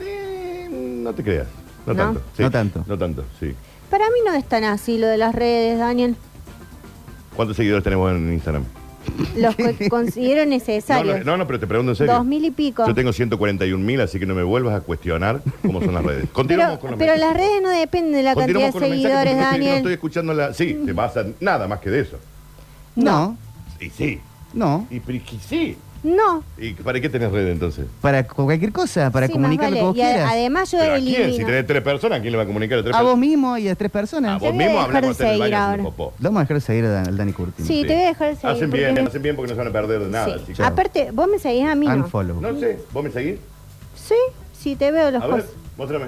Eh, no te creas. No,
¿No?
tanto. sí.
No tanto.
No tanto, sí.
Para mí no es tan así lo de las redes, Daniel.
¿Cuántos seguidores tenemos en Instagram?
Los que considero
No,
necesarios.
no, no, no, pero te pregunto en serio.
Dos mil y pico.
Yo tengo 141 mil, así que no me vuelvas a cuestionar cómo son las redes. Continuamos
Pero,
con los
pero las
mensajes.
redes no dependen de la cantidad
Continuamos con
de
los mensajes
seguidores,
porque No estoy
Daniel.
escuchando la... Sí, te pasa nada más que de eso.
No,
Y sí.
no.
Y pero es que sí.
No.
¿Y para qué tenés red entonces?
Para cu- cualquier cosa, para
Sí,
comunicar
más
lo que
vale.
vos
Y a-
quieras.
además yo
¿Pero a quién? Si
elimino.
tenés tres personas, ¿a quién le va a comunicar a tres
A vos
personas?
mismo y a tres
A
personas.
Yo
vos
voy a
mismo
dejar de
hablamos en el
seguir
baño
ahora.
haciendo popó.
Lo vamos a dejar seguir a Dan- Dani Curtin.
Sí, te voy a dejar de seguir.
Hacen
porque
bien,
me-
hacen bien porque no se van a perder de nada,
Sí.
chicos.
Aparte, vos me seguís a mí, ¿no?
Unfollow.
No sé, ¿vos me seguís?
Sí, sí, te veo los
A ver, Eh,
posts.
muéstrame.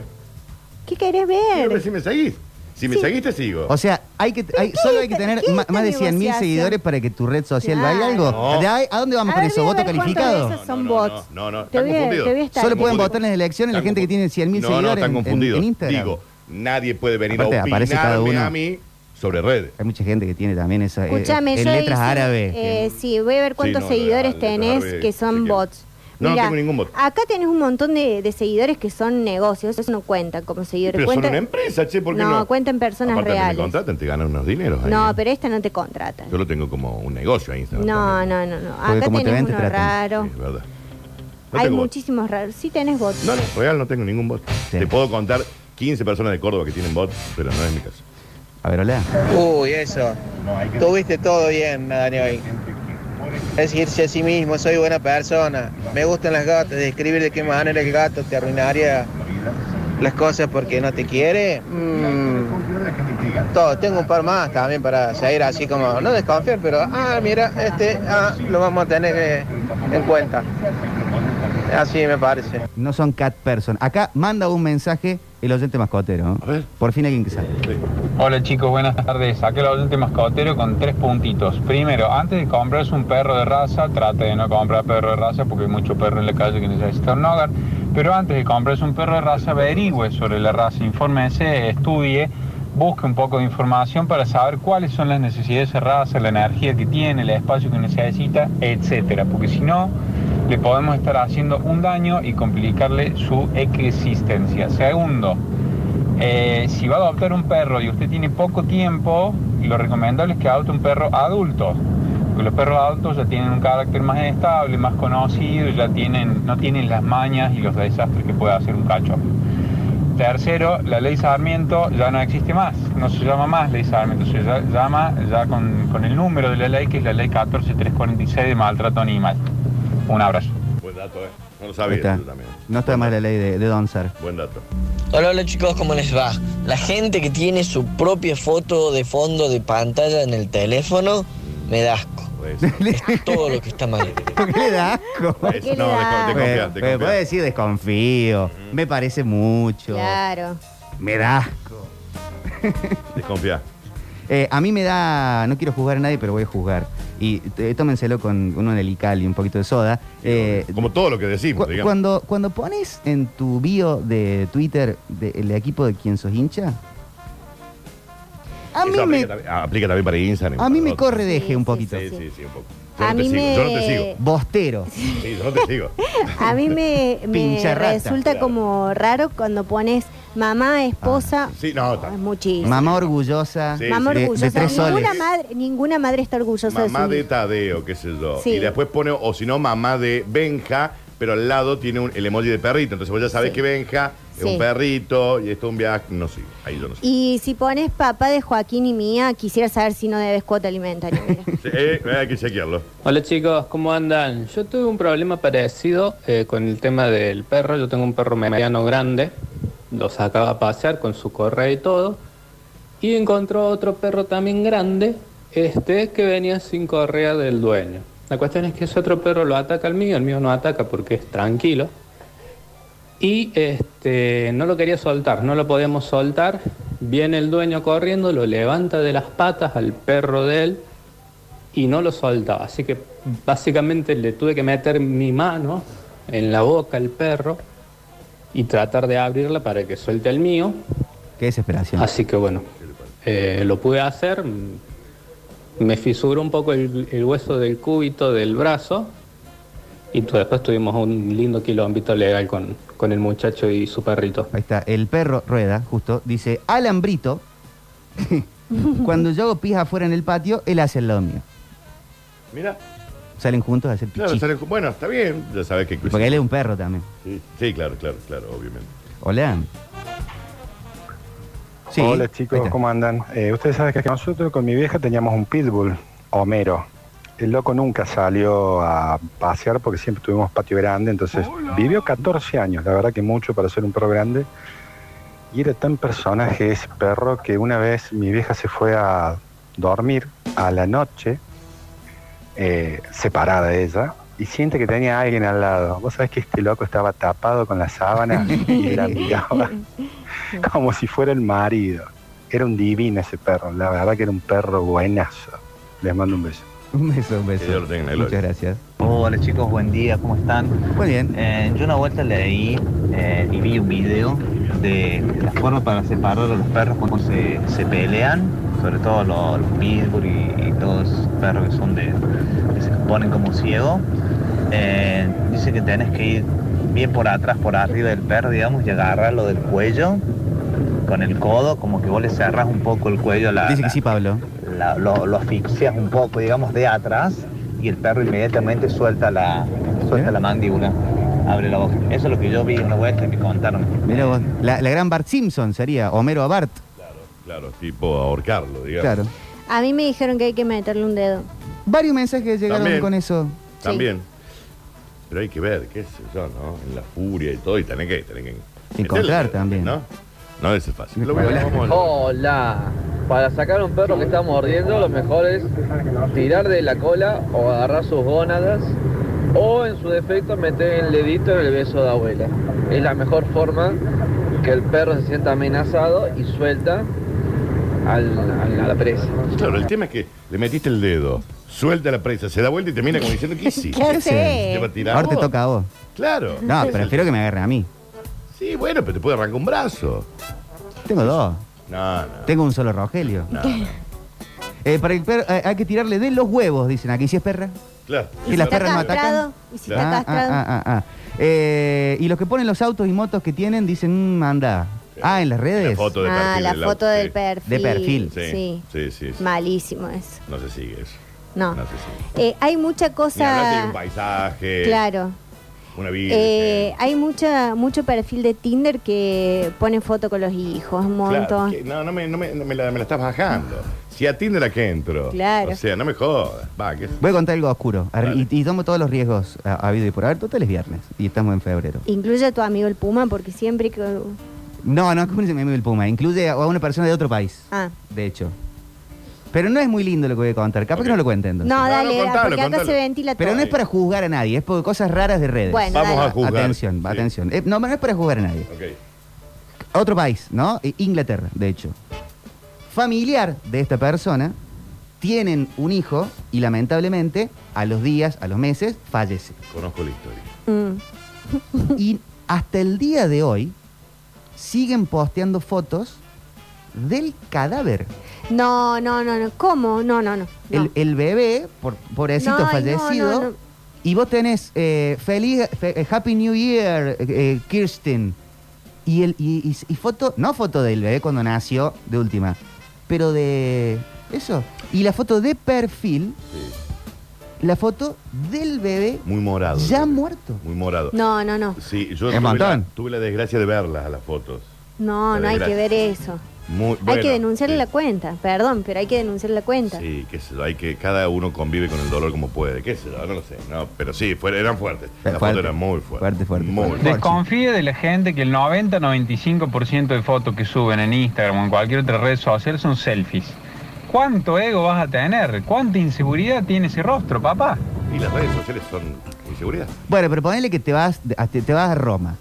¿Qué querés
Quiero ver
ver?
si me seguís. Si me
Sí.
seguís, te sigo.
O sea, hay que, hay-
qué
solo
es
hay que
esta-
tener
qué es
ma-
esta
más de 100 mil
negociación?
seguidores para que tu red social valga
Claro.
algo.
No.
¿De ahí- ¿A dónde vamos
A
con
ver,
eso?
voy a
¿Voto
ver cuántos de
calificado?
esos son bots.
No, no, no,
Te
están
voy a-
confundidos.
te voy a estar
Solo pueden
viendo.
votar en las elecciones la
Están
gente que tiene
confundidos.
100.000
no,
seguidores
No, están
en- en-
confundidos.
en Instagram.
Digo, nadie puede venir
Aparte,
a
aparece cada
opinarme
uno.
a mí sobre redes.
Hay mucha gente que tiene también esa, eh,
Escúchame,
en
yo
letras
hice-
árabes.
eh, sí, voy a ver cuántos
Sí, no, no,
seguidores
las letras
tenés
árabes,
que son
si quieres.
bots.
No, no
Mirá,
tengo ningún bot.
Acá tenés un montón de, de seguidores que son negocios, eso no cuenta como seguidores.
Pero son
cuenta-
una empresa, che, ¿por qué no?
No, cuentan personas
Aparte, a mí
reales.
me contratan, te ganan unos dineros. ahí,
No,
¿eh?
pero esta no te contrata.
Yo lo tengo como un negocio a Instagram.
No,
también.
no, no, no.
Porque
Acá
como te
tenés
ven, te
uno
tratan.
raro.
Sí, es verdad. No
Hay
tengo bots.
muchísimos raros. Sí tenés bots.
No, no, real no tengo ningún bot.
Sí.
Te puedo contar 15 personas de Córdoba que tienen bot, pero no es mi caso.
A ver, hola.
Uy, eso. Tuviste todo bien, Daniel. Decirse a sí mismo, soy buena persona, me gustan las gatas, describir de qué manera el gato te arruinaría las cosas porque no te quiere. mm, todo, tengo un par más también para seguir así como, no desconfiar, pero, ah, mira, este ah, lo vamos a tener eh, en cuenta. Así me parece.
No son cat person. Acá manda un mensaje el oyente mascotero. ¿no?
A ver.
Por fin alguien que sabe.
Hola chicos, buenas tardes. Acá el oyente mascotero con tres puntitos. Primero, antes de comprarse un perro de raza, trate de no comprar perro de raza porque hay mucho perro en la calle que necesita un hogar. Pero antes de comprarse un perro de raza, averigüe sobre la raza, infórmese, estudie, busque un poco de información para saber cuáles son las necesidades de esa raza, la energía que tiene, el espacio que necesita, etcétera. Porque si no, le podemos estar haciendo un daño y complicarle su existencia. Segundo, eh, si va a adoptar un perro y usted tiene poco tiempo, lo recomendable es que adopte un perro adulto. Porque los perros adultos ya tienen un carácter más estable, más conocido, ya tienen, no tienen las mañas y los desastres que puede hacer un cachorro. Tercero, la ley Sarmiento ya no existe más, no se llama más ley Sarmiento, se ya- llama ya con, con el número de la ley, que es la ley 14346 de maltrato animal. Un abrazo.
Buen dato, ¿eh? No lo
Ahí
sabía
está.
yo también.
No está mal la ley de, de Donsar.
Buen dato.
Hola, hola chicos, ¿cómo les va? La gente que tiene su propia foto de fondo de pantalla en el teléfono, me da asco.
Pues,
Es todo lo que está mal.
¿Por qué le da asco?
pues,
qué le
no,
da?
te,
Me,
confías,
me
te confías.
puede decir desconfío, me parece mucho,
Claro.
me da.
Desconfía.
Eh, a mí me da, no quiero juzgar a nadie, pero voy a juzgar. Y eh, tómenselo con uno en el y un poquito de soda. Eh,
Como todo lo que decimos,
Cu-
digamos.
cuando, cuando pones en tu bio de Twitter de- el equipo de quien sos hincha, a
Eso
mí
aplica,
me,
también, ah, aplica también para Instagram. y
a
para
mí me
otros.
corre deje un poquito.
Sí, sí, sí, un poco. Yo
A
no te
mí
sigo.
me-
Yo no te sigo.
Bostero.
Sí, yo no te sigo.
A mí me, me
Pincha rata.
resulta como raro cuando pones Mamá, esposa.
Sí, no,
no,
está.
es muchísimo.
Ah. Mamá orgullosa
Sí,
Mamá
sí.
de-
orgullosa.
de tres soles.
ninguna, madre, ninguna madre está orgullosa
Mamá
de
de
su
Tadeo, qué sé yo.
Sí.
Y después pone, o si no, mamá de Benja, pero al lado tiene un, el emoji de perrito. Entonces vos ya sabés
Sí.
que Benja es
Sí.
un perrito y esto es un viaje. No sé, ahí yo no sé.
Y si pones papá de Joaquín y mía, quisiera saber si no debes cuota alimentaria. mira.
Sí, eh, hay que chequearlo.
Hola chicos, ¿cómo andan? Yo tuve un problema parecido eh, con el tema del perro. Yo tengo un perro mediano grande, lo sacaba a pasear con su correa y todo. Y encontró otro perro también grande, este que venía sin correa del dueño. La cuestión es que ese otro perro lo ataca al mío, el mío no ataca porque es tranquilo. Y este, no lo quería soltar, no lo podíamos soltar. Viene el dueño corriendo, lo levanta de las patas al perro de él y no lo soltaba. Así que básicamente le tuve que meter mi mano en la boca al perro y tratar de abrirla para que suelte el mío.
Qué desesperación.
Así que bueno, eh, lo pude hacer. Me fisuró un poco el, el hueso del cúbito del brazo. Y tu- después tuvimos un lindo quilombito legal con, con el muchacho y su perrito.
Ahí está, el perro rueda, justo, dice, alambrito, cuando yo hago pija afuera en el patio, él hace el lado mío.
Mira,
Salen juntos a hacer pichí.
claro, sale- bueno, está bien. Ya sabes que
Porque él es un perro también.
Sí, sí, claro, claro, claro, obviamente.
Hola. Sí,
Hola
ahí
chicos,
está.
¿cómo andan? Eh, Ustedes saben que nosotros con mi vieja teníamos un pitbull, Homero. El loco nunca salió a pasear porque siempre tuvimos patio grande, entonces vivió 14 años, la verdad que mucho para ser un perro grande. Y era tan personaje ese perro que una vez mi vieja se fue a dormir a la noche, eh, separada de ella, y siente que tenía a alguien al lado. Vos sabés que este loco estaba tapado con la sábana y la miraba como si fuera el marido. Era un divino ese perro, la verdad que era un perro buenazo. Les mando un beso.
Un beso, un beso.
Que Dios lo tenga en la
Muchas
gloria.
gracias.
Hola chicos, buen día, ¿cómo están?
Muy bien.
Eh, yo una vuelta leí eh, y vi un video de la forma para separar a los perros cuando se, se pelean, sobre todo los, los pitbull y, y todos esos perros que son de que se ponen como ciego. Eh, dice que tenés que ir bien por atrás, por arriba del perro, digamos, y agarrarlo del cuello con el codo, como que vos le cerrás un poco el cuello a la,
Dice que
la-
sí, Pablo.
la- lo, lo asfixias un poco, digamos, de atrás y el perro inmediatamente suelta la,
¿Eh?
suelta la mandíbula, abre la boca. Eso es lo que yo vi en una vuelta y me contaron.
Mira vos, la, la gran Bart Simpson sería, Homero a Bart.
Claro, tipo ahorcarlo, digamos.
Claro.
A mí me dijeron que hay que meterle un dedo.
Varios mensajes llegaron
También.
con eso.
También. Pero hay que ver, qué sé yo, ¿no? En la furia y todo, y tenés que... Tenés que
Encontrar
meterle,
también.
¿No? No es fácil. Lo voy a- vamos a-
Hola. Para sacar un perro que está mordiendo, lo mejor es tirar de la cola o agarrar sus gónadas o en su defecto meter el dedito en el beso de abuela. Es la mejor forma que el perro se sienta amenazado y suelta al- al- a la presa.
Claro, el tema es que le metiste el dedo, suelta la presa, se da vuelta y te mira como diciendo, ¿qué hiciste?
¿Qué haces?
¿Te va a tirar
Ahora te
vos?
toca a vos.
Claro.
No, prefiero que me agarren a mí.
Sí, bueno, pero te puede arrancar un brazo.
Tengo dos.
No, no.
Tengo un solo Rogelio.
No, no.
Eh, para el perro, eh, hay que tirarle de los huevos, dicen aquí, si es perra.
Claro.
¿Y las perras no
castrado,
atacan?
y si está
Ah,
castrado.
ah, ah, ah, ah. Eh, y los que ponen los autos y motos que tienen dicen, manda. Ah, en las redes.
La foto de
Ah,
perfil
la
del
foto
auto,
del
sí.
perfil.
De perfil.
Sí,
Sí.
sí, sí, sí.
Malísimo eso.
No se sigue eso.
No.
No se sigue.
Eh, hay mucha
Ni hablar de
cosa.
un paisaje,
Claro.
una vida.
Eh, hay mucha, mucho perfil de Tinder que pone foto con los hijos, un montón.
no, no, me, no me, no me la, me la estás bajando. Si a Tinder la que entro.
Claro.
O sea, no me jodas. Va, que-
Voy a contar algo oscuro. A ver, Y, y tomo todos los riesgos ha- habido y por haber. Total es viernes y estamos en febrero.
Incluye a tu amigo el Puma porque siempre que.
No, no, como dice mi amigo el Puma. Incluye a a una persona de otro país,
Ah.
de hecho. Pero no es muy lindo lo que voy a contar. Capaz que no lo cuenten.
No, dale, porque acá se ventila
Pero
todo.
no es para juzgar a nadie, es por cosas raras de redes.
Bueno, Vamos dale. a
juzgar.
Atención, atención. Eh, no, no es para juzgar a nadie.
Ok.
A Otro país, ¿no? Eh, Inglaterra, de hecho. Familiar de esta persona, tienen un hijo y lamentablemente a los días, a los meses, fallece.
Conozco la historia.
Mm.
Y hasta el día de hoy siguen posteando fotos del cadáver.
No, no, no, no. ¿Cómo? No, no, no. no.
El, el bebé, por, pobrecito
No, ay,
fallecido.
no, no, no.
Y vos tenés eh, feliz, fe- eh, Happy New Year, eh, eh, Kirsten. Y, el, y, y- y foto, no foto del bebé cuando nació, de última, pero de eso. Y la foto de perfil, la foto del bebé
Muy morado.
ya muerto.
Muy morado.
No, no, no.
Sí, yo
Es
tuve la,
montón.
tuve la desgracia de verlas a las fotos.
No, no hay que
Gracias.
ver eso.
Muy, bueno,
hay que denunciarle la cuenta, perdón, pero hay que denunciar la cuenta.
Sí, qué sé yo, hay que, cada uno convive con el dolor como puede, qué sé yo, no lo sé. No, pero sí, fuera- eran fuertes.
Fue-
Las
fuerte.
fotos eran muy fuertes.
Fuerte, fuerte.
Muy
fuerte.
Desconfíe de la gente que el 90-95% de fotos que suben en Instagram o en cualquier otra red social son selfies. ¿Cuánto ego vas a tener? ¿Cuánta inseguridad tiene ese rostro, papá?
Y las redes sociales son inseguridad.
Bueno, pero ponele que te vas, a- te, te vas a Roma.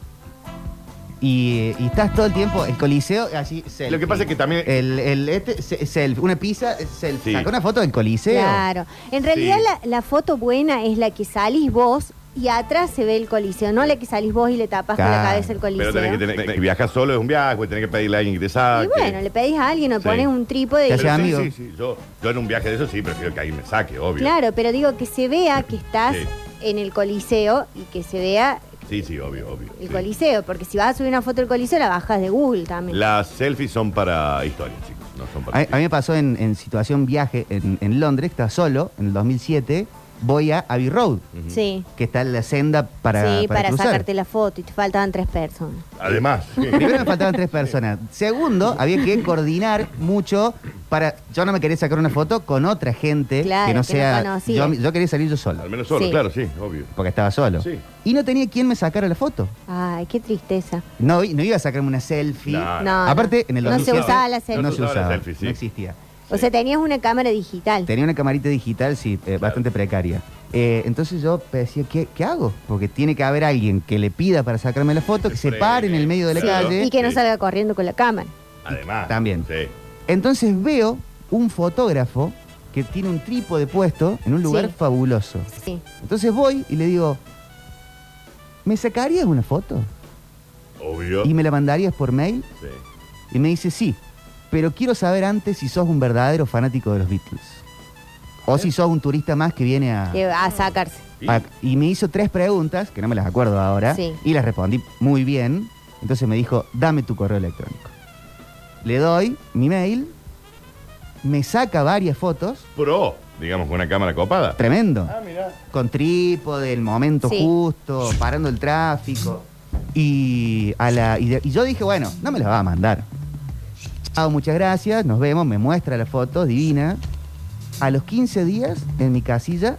Y, eh, y estás todo el tiempo, el coliseo, así, selfie.
Lo que pasa es que también-
El, el- este, se- selfie, una pizza, eh, selfie.
Sí.
Saca una foto del coliseo.
Claro. En realidad
Sí.
la, la foto buena es la que salís vos y atrás se ve el coliseo, no la que salís vos y le tapas con la
Claro.
cabeza el coliseo.
Pero tenés que, tener, que viajar solo, es un viaje, tenés que pedirle a alguien que te saque.
Y bueno, le pedís a alguien o
Sí.
pones un trípode y...
Pero sí, Sí, sí, Yo, yo en un viaje de eso sí prefiero que alguien me saque, obvio.
Claro, pero digo que se vea que estás
Sí.
en el coliseo y que se vea
Sí, sí, obvio, obvio.
el coliseo, porque si vas a subir una foto del coliseo la bajas de Google también.
Las selfies son para historias, chicos, no son
A,
para...
a mí me pasó en, en situación viaje en, en Londres, que estaba solo, en el 2007, voy a Abbey Road,
Sí.
que está en la senda para,
sí, para,
cruzar.
sacarte la foto y te faltaban tres personas.
Además.
Primero me faltaban tres personas. Segundo, había que coordinar mucho para. Yo no me quería sacar una foto con otra gente
Claro,
que no
que no
sea.
conocía.
yo, yo quería salir yo solo.
Al menos solo,
Sí.
claro, sí, obvio.
Porque estaba solo.
Sí.
Y no tenía quien me sacara la foto.
Ay, qué tristeza.
No, no iba a sacarme una selfie.
No, no.
Aparte, en el
No se
2007
usaba la selfie.
No se
No se usaba
usaba.
la
selfie, sí.
No existía.
O sea, tenías una cámara digital.
Tenía una camarita digital, sí, eh, bastante precaria. Eh, entonces yo decía, ¿qué, qué hago? Porque tiene que haber alguien que le pida para sacarme la foto, que se pare en el medio de la
Sí,
calle.
Y que no salga corriendo con la cámara.
Además.
También.
Sí.
Entonces veo un fotógrafo que tiene un trípode puesto en un lugar
Sí.
fabuloso.
Sí.
Entonces voy y le digo, ¿me sacarías una foto?
Obvio.
¿Y me la mandarías por mail?
Sí.
Y me dice, sí, pero quiero saber antes si sos un verdadero fanático de los Beatles. O si sos un turista más que viene a...
Que
Ah.
va a sacarse.
a- y me hizo tres preguntas, que no me las acuerdo ahora,
Sí.
y las respondí muy bien. Entonces me dijo, dame tu correo electrónico. Le doy mi mail, me saca varias fotos,
Pro, digamos, con una cámara copada.
tremendo.
mirá.
Con trípode, el momento
Sí.
justo, parando el tráfico. Y, a la, y, de- y yo dije, bueno, no me las va a mandar. Chao, muchas gracias, nos vemos, me muestra las fotos, divina. A los 15 días, en mi casilla,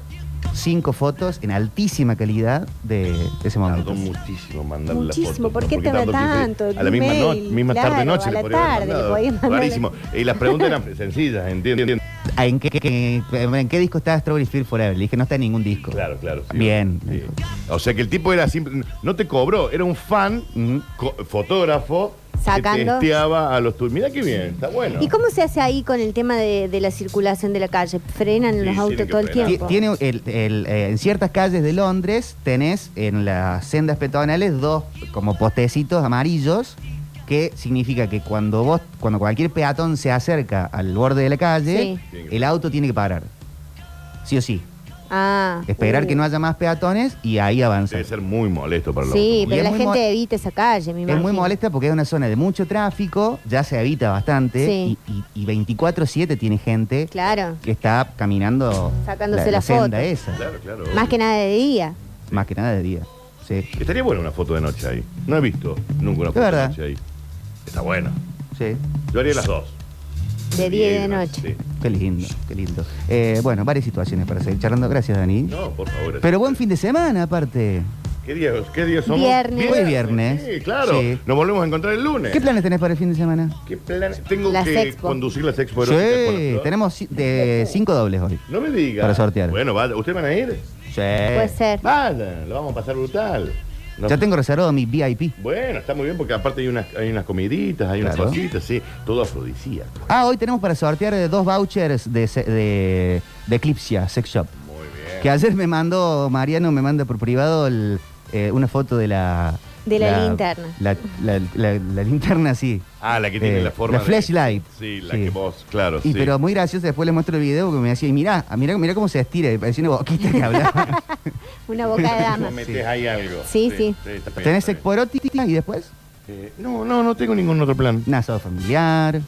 cinco fotos en altísima calidad de, de ese momento.
muchísimo mandar
la foto.
Muchísimo, ¿por qué
porque
tarda
tanto tiempo?
tanto?
A la misma, no-
Mail,
misma tarde
claro,
noche
a
le
la
podría haber
tarde le
mandado.
podía mandar la-
Rarísimo. Y las preguntas eran sencillas, entiendo. entiendo.
¿En qué, qué- en qué disco está Strawberry Field Forever? Le dije, no está en ningún disco.
Claro, claro. sí.
Bien.
Sí. O sea que el tipo era simple, no te cobró, era un fan, co- fotógrafo,
Sacando.
que testeaba a los tuyos. Mira qué bien, está bueno.
¿Y cómo se hace ahí con el tema de, de la circulación de la calle? ¿Frenan
Sí,
los autos
tienen que
todo el
frenar.
tiempo?
Ti- Tiene el- el, eh, en ciertas calles de Londres tenés en las sendas peatonales dos como postecitos amarillos que significa que cuando vos cuando cualquier peatón se acerca al borde de la calle
Sí.
el auto tiene que parar sí o sí
Ah,
esperar
uh.
que no haya más peatones y ahí avanzar
Debe ser muy molesto para los
Sí,
Y
pero
es
la
muy
gente
mo-
evita esa calle, me
es muy
imagino.
molesta porque es una zona de mucho tráfico ya se habita bastante
Sí.
y, y- y 24/7 tiene gente
Claro.
que está caminando
Sacándose
la,
la
senda
foto.
esa
Claro, claro.
Más que nada de día.
más que nada de día sí
Estaría buena una foto de noche ahí. No he visto nunca una
Es
foto de
verdad.
noche ahí. Está bueno.
Sí.
Yo haría las dos.
De día y de noche.
Qué lindo, qué lindo. Eh, bueno, varias situaciones para seguir charlando. Gracias, Dani.
No, por favor.
Pero buen fin de semana, aparte.
¿Qué día, qué día somos?
Viernes. Hoy es viernes.
Sí, claro.
Sí.
Nos volvemos a encontrar el lunes.
¿Qué planes tenés para el fin de semana?
¿Qué planes? Tengo
Las
que
expo.
conducir las expo
Sí,
eróticas con la flor.
tenemos ci- de cinco dobles hoy.
No me digas.
Para sortear.
Bueno, vaya. ¿ustedes van a ir?
Sí. Pues-
Puede ser.
Vale, lo vamos a pasar brutal. No-
Eh, Ya tengo reservado mi VIP.
Bueno, está muy bien porque aparte hay unas, hay unas comiditas, hay unas
Claro.
cositas, sí. Todo afrodisíaco.
Ah, hoy tenemos para sortear eh, dos vouchers de, se- de, de Eclipsia Sex Shop.
Muy bien.
Que ayer me mandó, Mariano me manda por privado el, eh, una foto de la...
De la linterna.
La, la- la- la linterna, sí.
Ah, la que tiene
Eh,
la forma
La
de-
flashlight.
Sí, la que vos, claro,
Y
sí.
pero muy gracioso, después le muestro el video porque me decía, y mirá, ah, mirá, mirá cómo se estira, y parecía una boquita que hablaba.
Una boca de
Vos
dama.
metés ahí algo.
Sí, sí.
está bien,
Tenés
está bien. Eh,
exporótica y después
No, no, no tengo ningún otro plan.
Un asado familiar.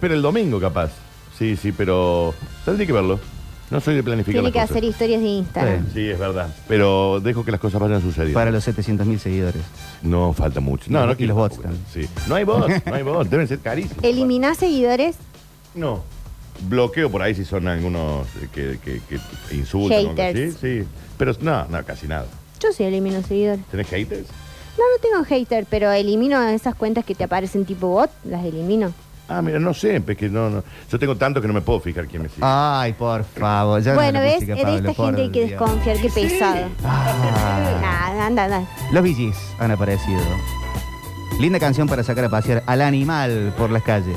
Pero el domingo, capaz. Sí, sí, pero. Tendré que verlo. No soy de planificar.
Tiene
las
que
cosas.
hacer historias de Instagram.
Sí, es verdad. Pero dejo que las cosas vayan sucediendo.
Para los 700.000 seguidores.
No, falta mucho. No, no,
y los bots
Sí. No hay voz, no hay voz. Deben ser carísimos.
Eliminá seguidores
No. Bloqueo por ahí si son algunos eh, que, que- que insultan. o algo así.
Haters.
Sí, sí. Pero no, no, casi nada.
Yo sí elimino seguidores.
¿Tenés haters?
No, no tengo hater, pero elimino esas cuentas que te aparecen tipo bot, las elimino.
Ah, mira, no sé, es que no, no. Yo tengo tanto que no me puedo fijar quién me sigue.
Ay, por favor. ya no
bueno,
la
ves,
música,
es de
Pablo,
esta
por
gente hay que
Dios.
desconfiar, qué pesado.
Ah.
Nada, anda, anda.
Los Bee Gees han aparecido. Linda canción para sacar a pasear al animal por las calles.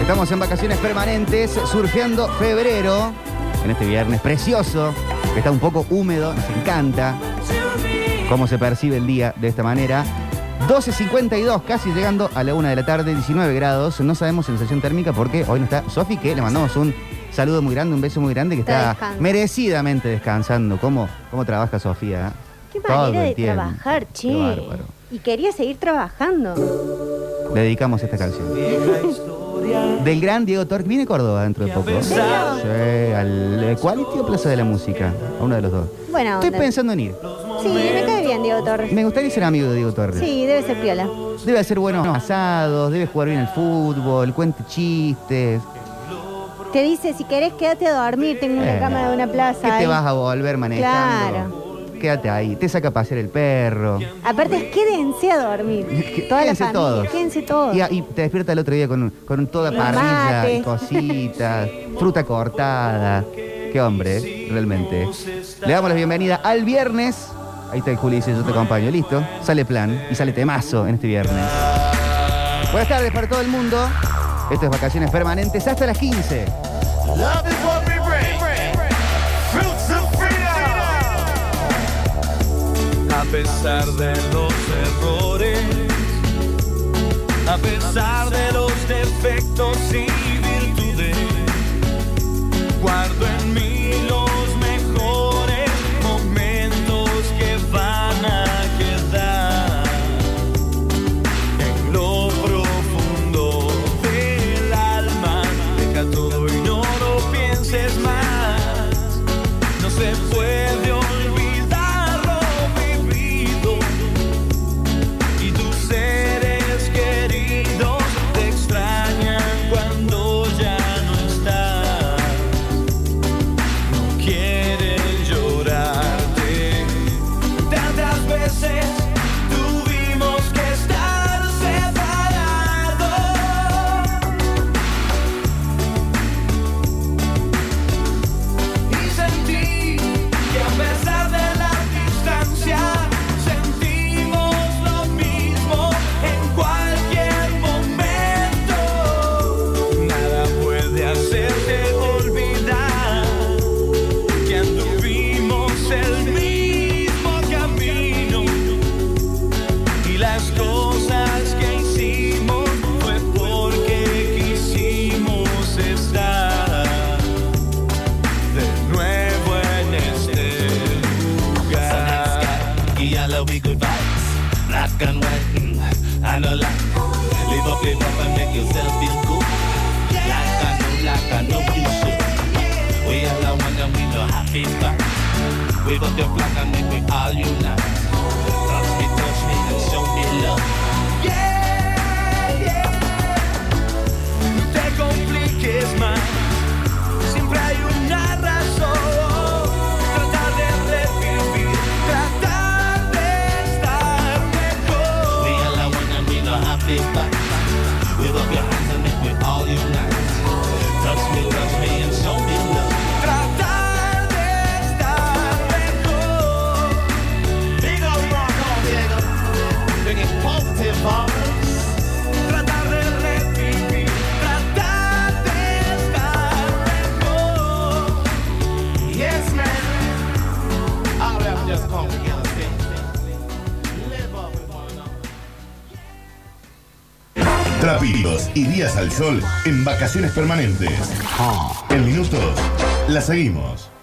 Estamos en vacaciones permanentes, surgiendo febrero, en este viernes precioso, que está un poco húmedo, nos encanta cómo se percibe el día de esta manera. 12.52, casi llegando a la 1 de la tarde, 19 grados, no sabemos sensación térmica porque hoy no está Sofi, que le mandamos un saludo muy grande, un beso muy grande, que
Está
está,
descansando.
merecidamente descansando. ¿Cómo, cómo trabaja Sofía?
Qué
Todo
manera
el
de
tiempo.
trabajar, che.
Qué bárbaro.
y quería seguir trabajando.
Le dedicamos esta canción. Del gran Diego Torque. Viene Córdoba dentro de poco.
¿En
Sí,
serio?
al eh, Quality o Plaza de la Música. A uno de los dos.
Bueno,
Estoy pensando en ir.
Sí, me cae bien Diego Torres.
Me gustaría ser amigo de Diego Torres.
Sí, debe ser piola.
Debe hacer buenos asados, debe jugar bien al fútbol, cuente chistes.
Te dice, si querés quédate a dormir, tengo una
Eh,
cama de una plaza.
¿Qué te
ahí.
vas a volver manejando? Quédate ahí, te saca a pasear el perro.
Aparte, quédense a dormir. Toda
Quédense
la familia,
todos.
quédense todos.
Y, y te despierta el otro día con, un- con toda
Y
parrilla
mate.
y cositas, fruta cortada. Qué hombre, realmente. Le damos la bienvenida al viernes. Ahí está el Juli, dice, yo te acompaño. Listo, sale plan y sale temazo en este viernes. Buenas tardes para todo el mundo. Esto es Vacaciones Permanentes hasta las 15.
Love is what we bring. Fruits of freedom.
A pesar de los errores, a pesar de los defectos y virtudes, este.
shall be good vibes. Black and white, mm, and a light. Live up, live up, and make yourself feel good. Like I know, like I know you should. We all are one and we know happy back. Wave up your flag and make we all unite. Touch me, touch me, and show me love.
Te compliques más. Siempre hay una razón. Tratar de revivir, tratar de estar mejor.
We all are one and we know happy back. Wave up your hands and make we all unite. Touch me, touch me, and show me love.
Tratar de estar mejor. Digo, no, no, Diego. Bring it positive vibes. Tratar de revivir. Tratar de estar mejor. Yes, man. All we have just come together, sing, sing, sing. Live up, live up.
Trapitos y días al sol en vacaciones permanentes. En minutos, la seguimos.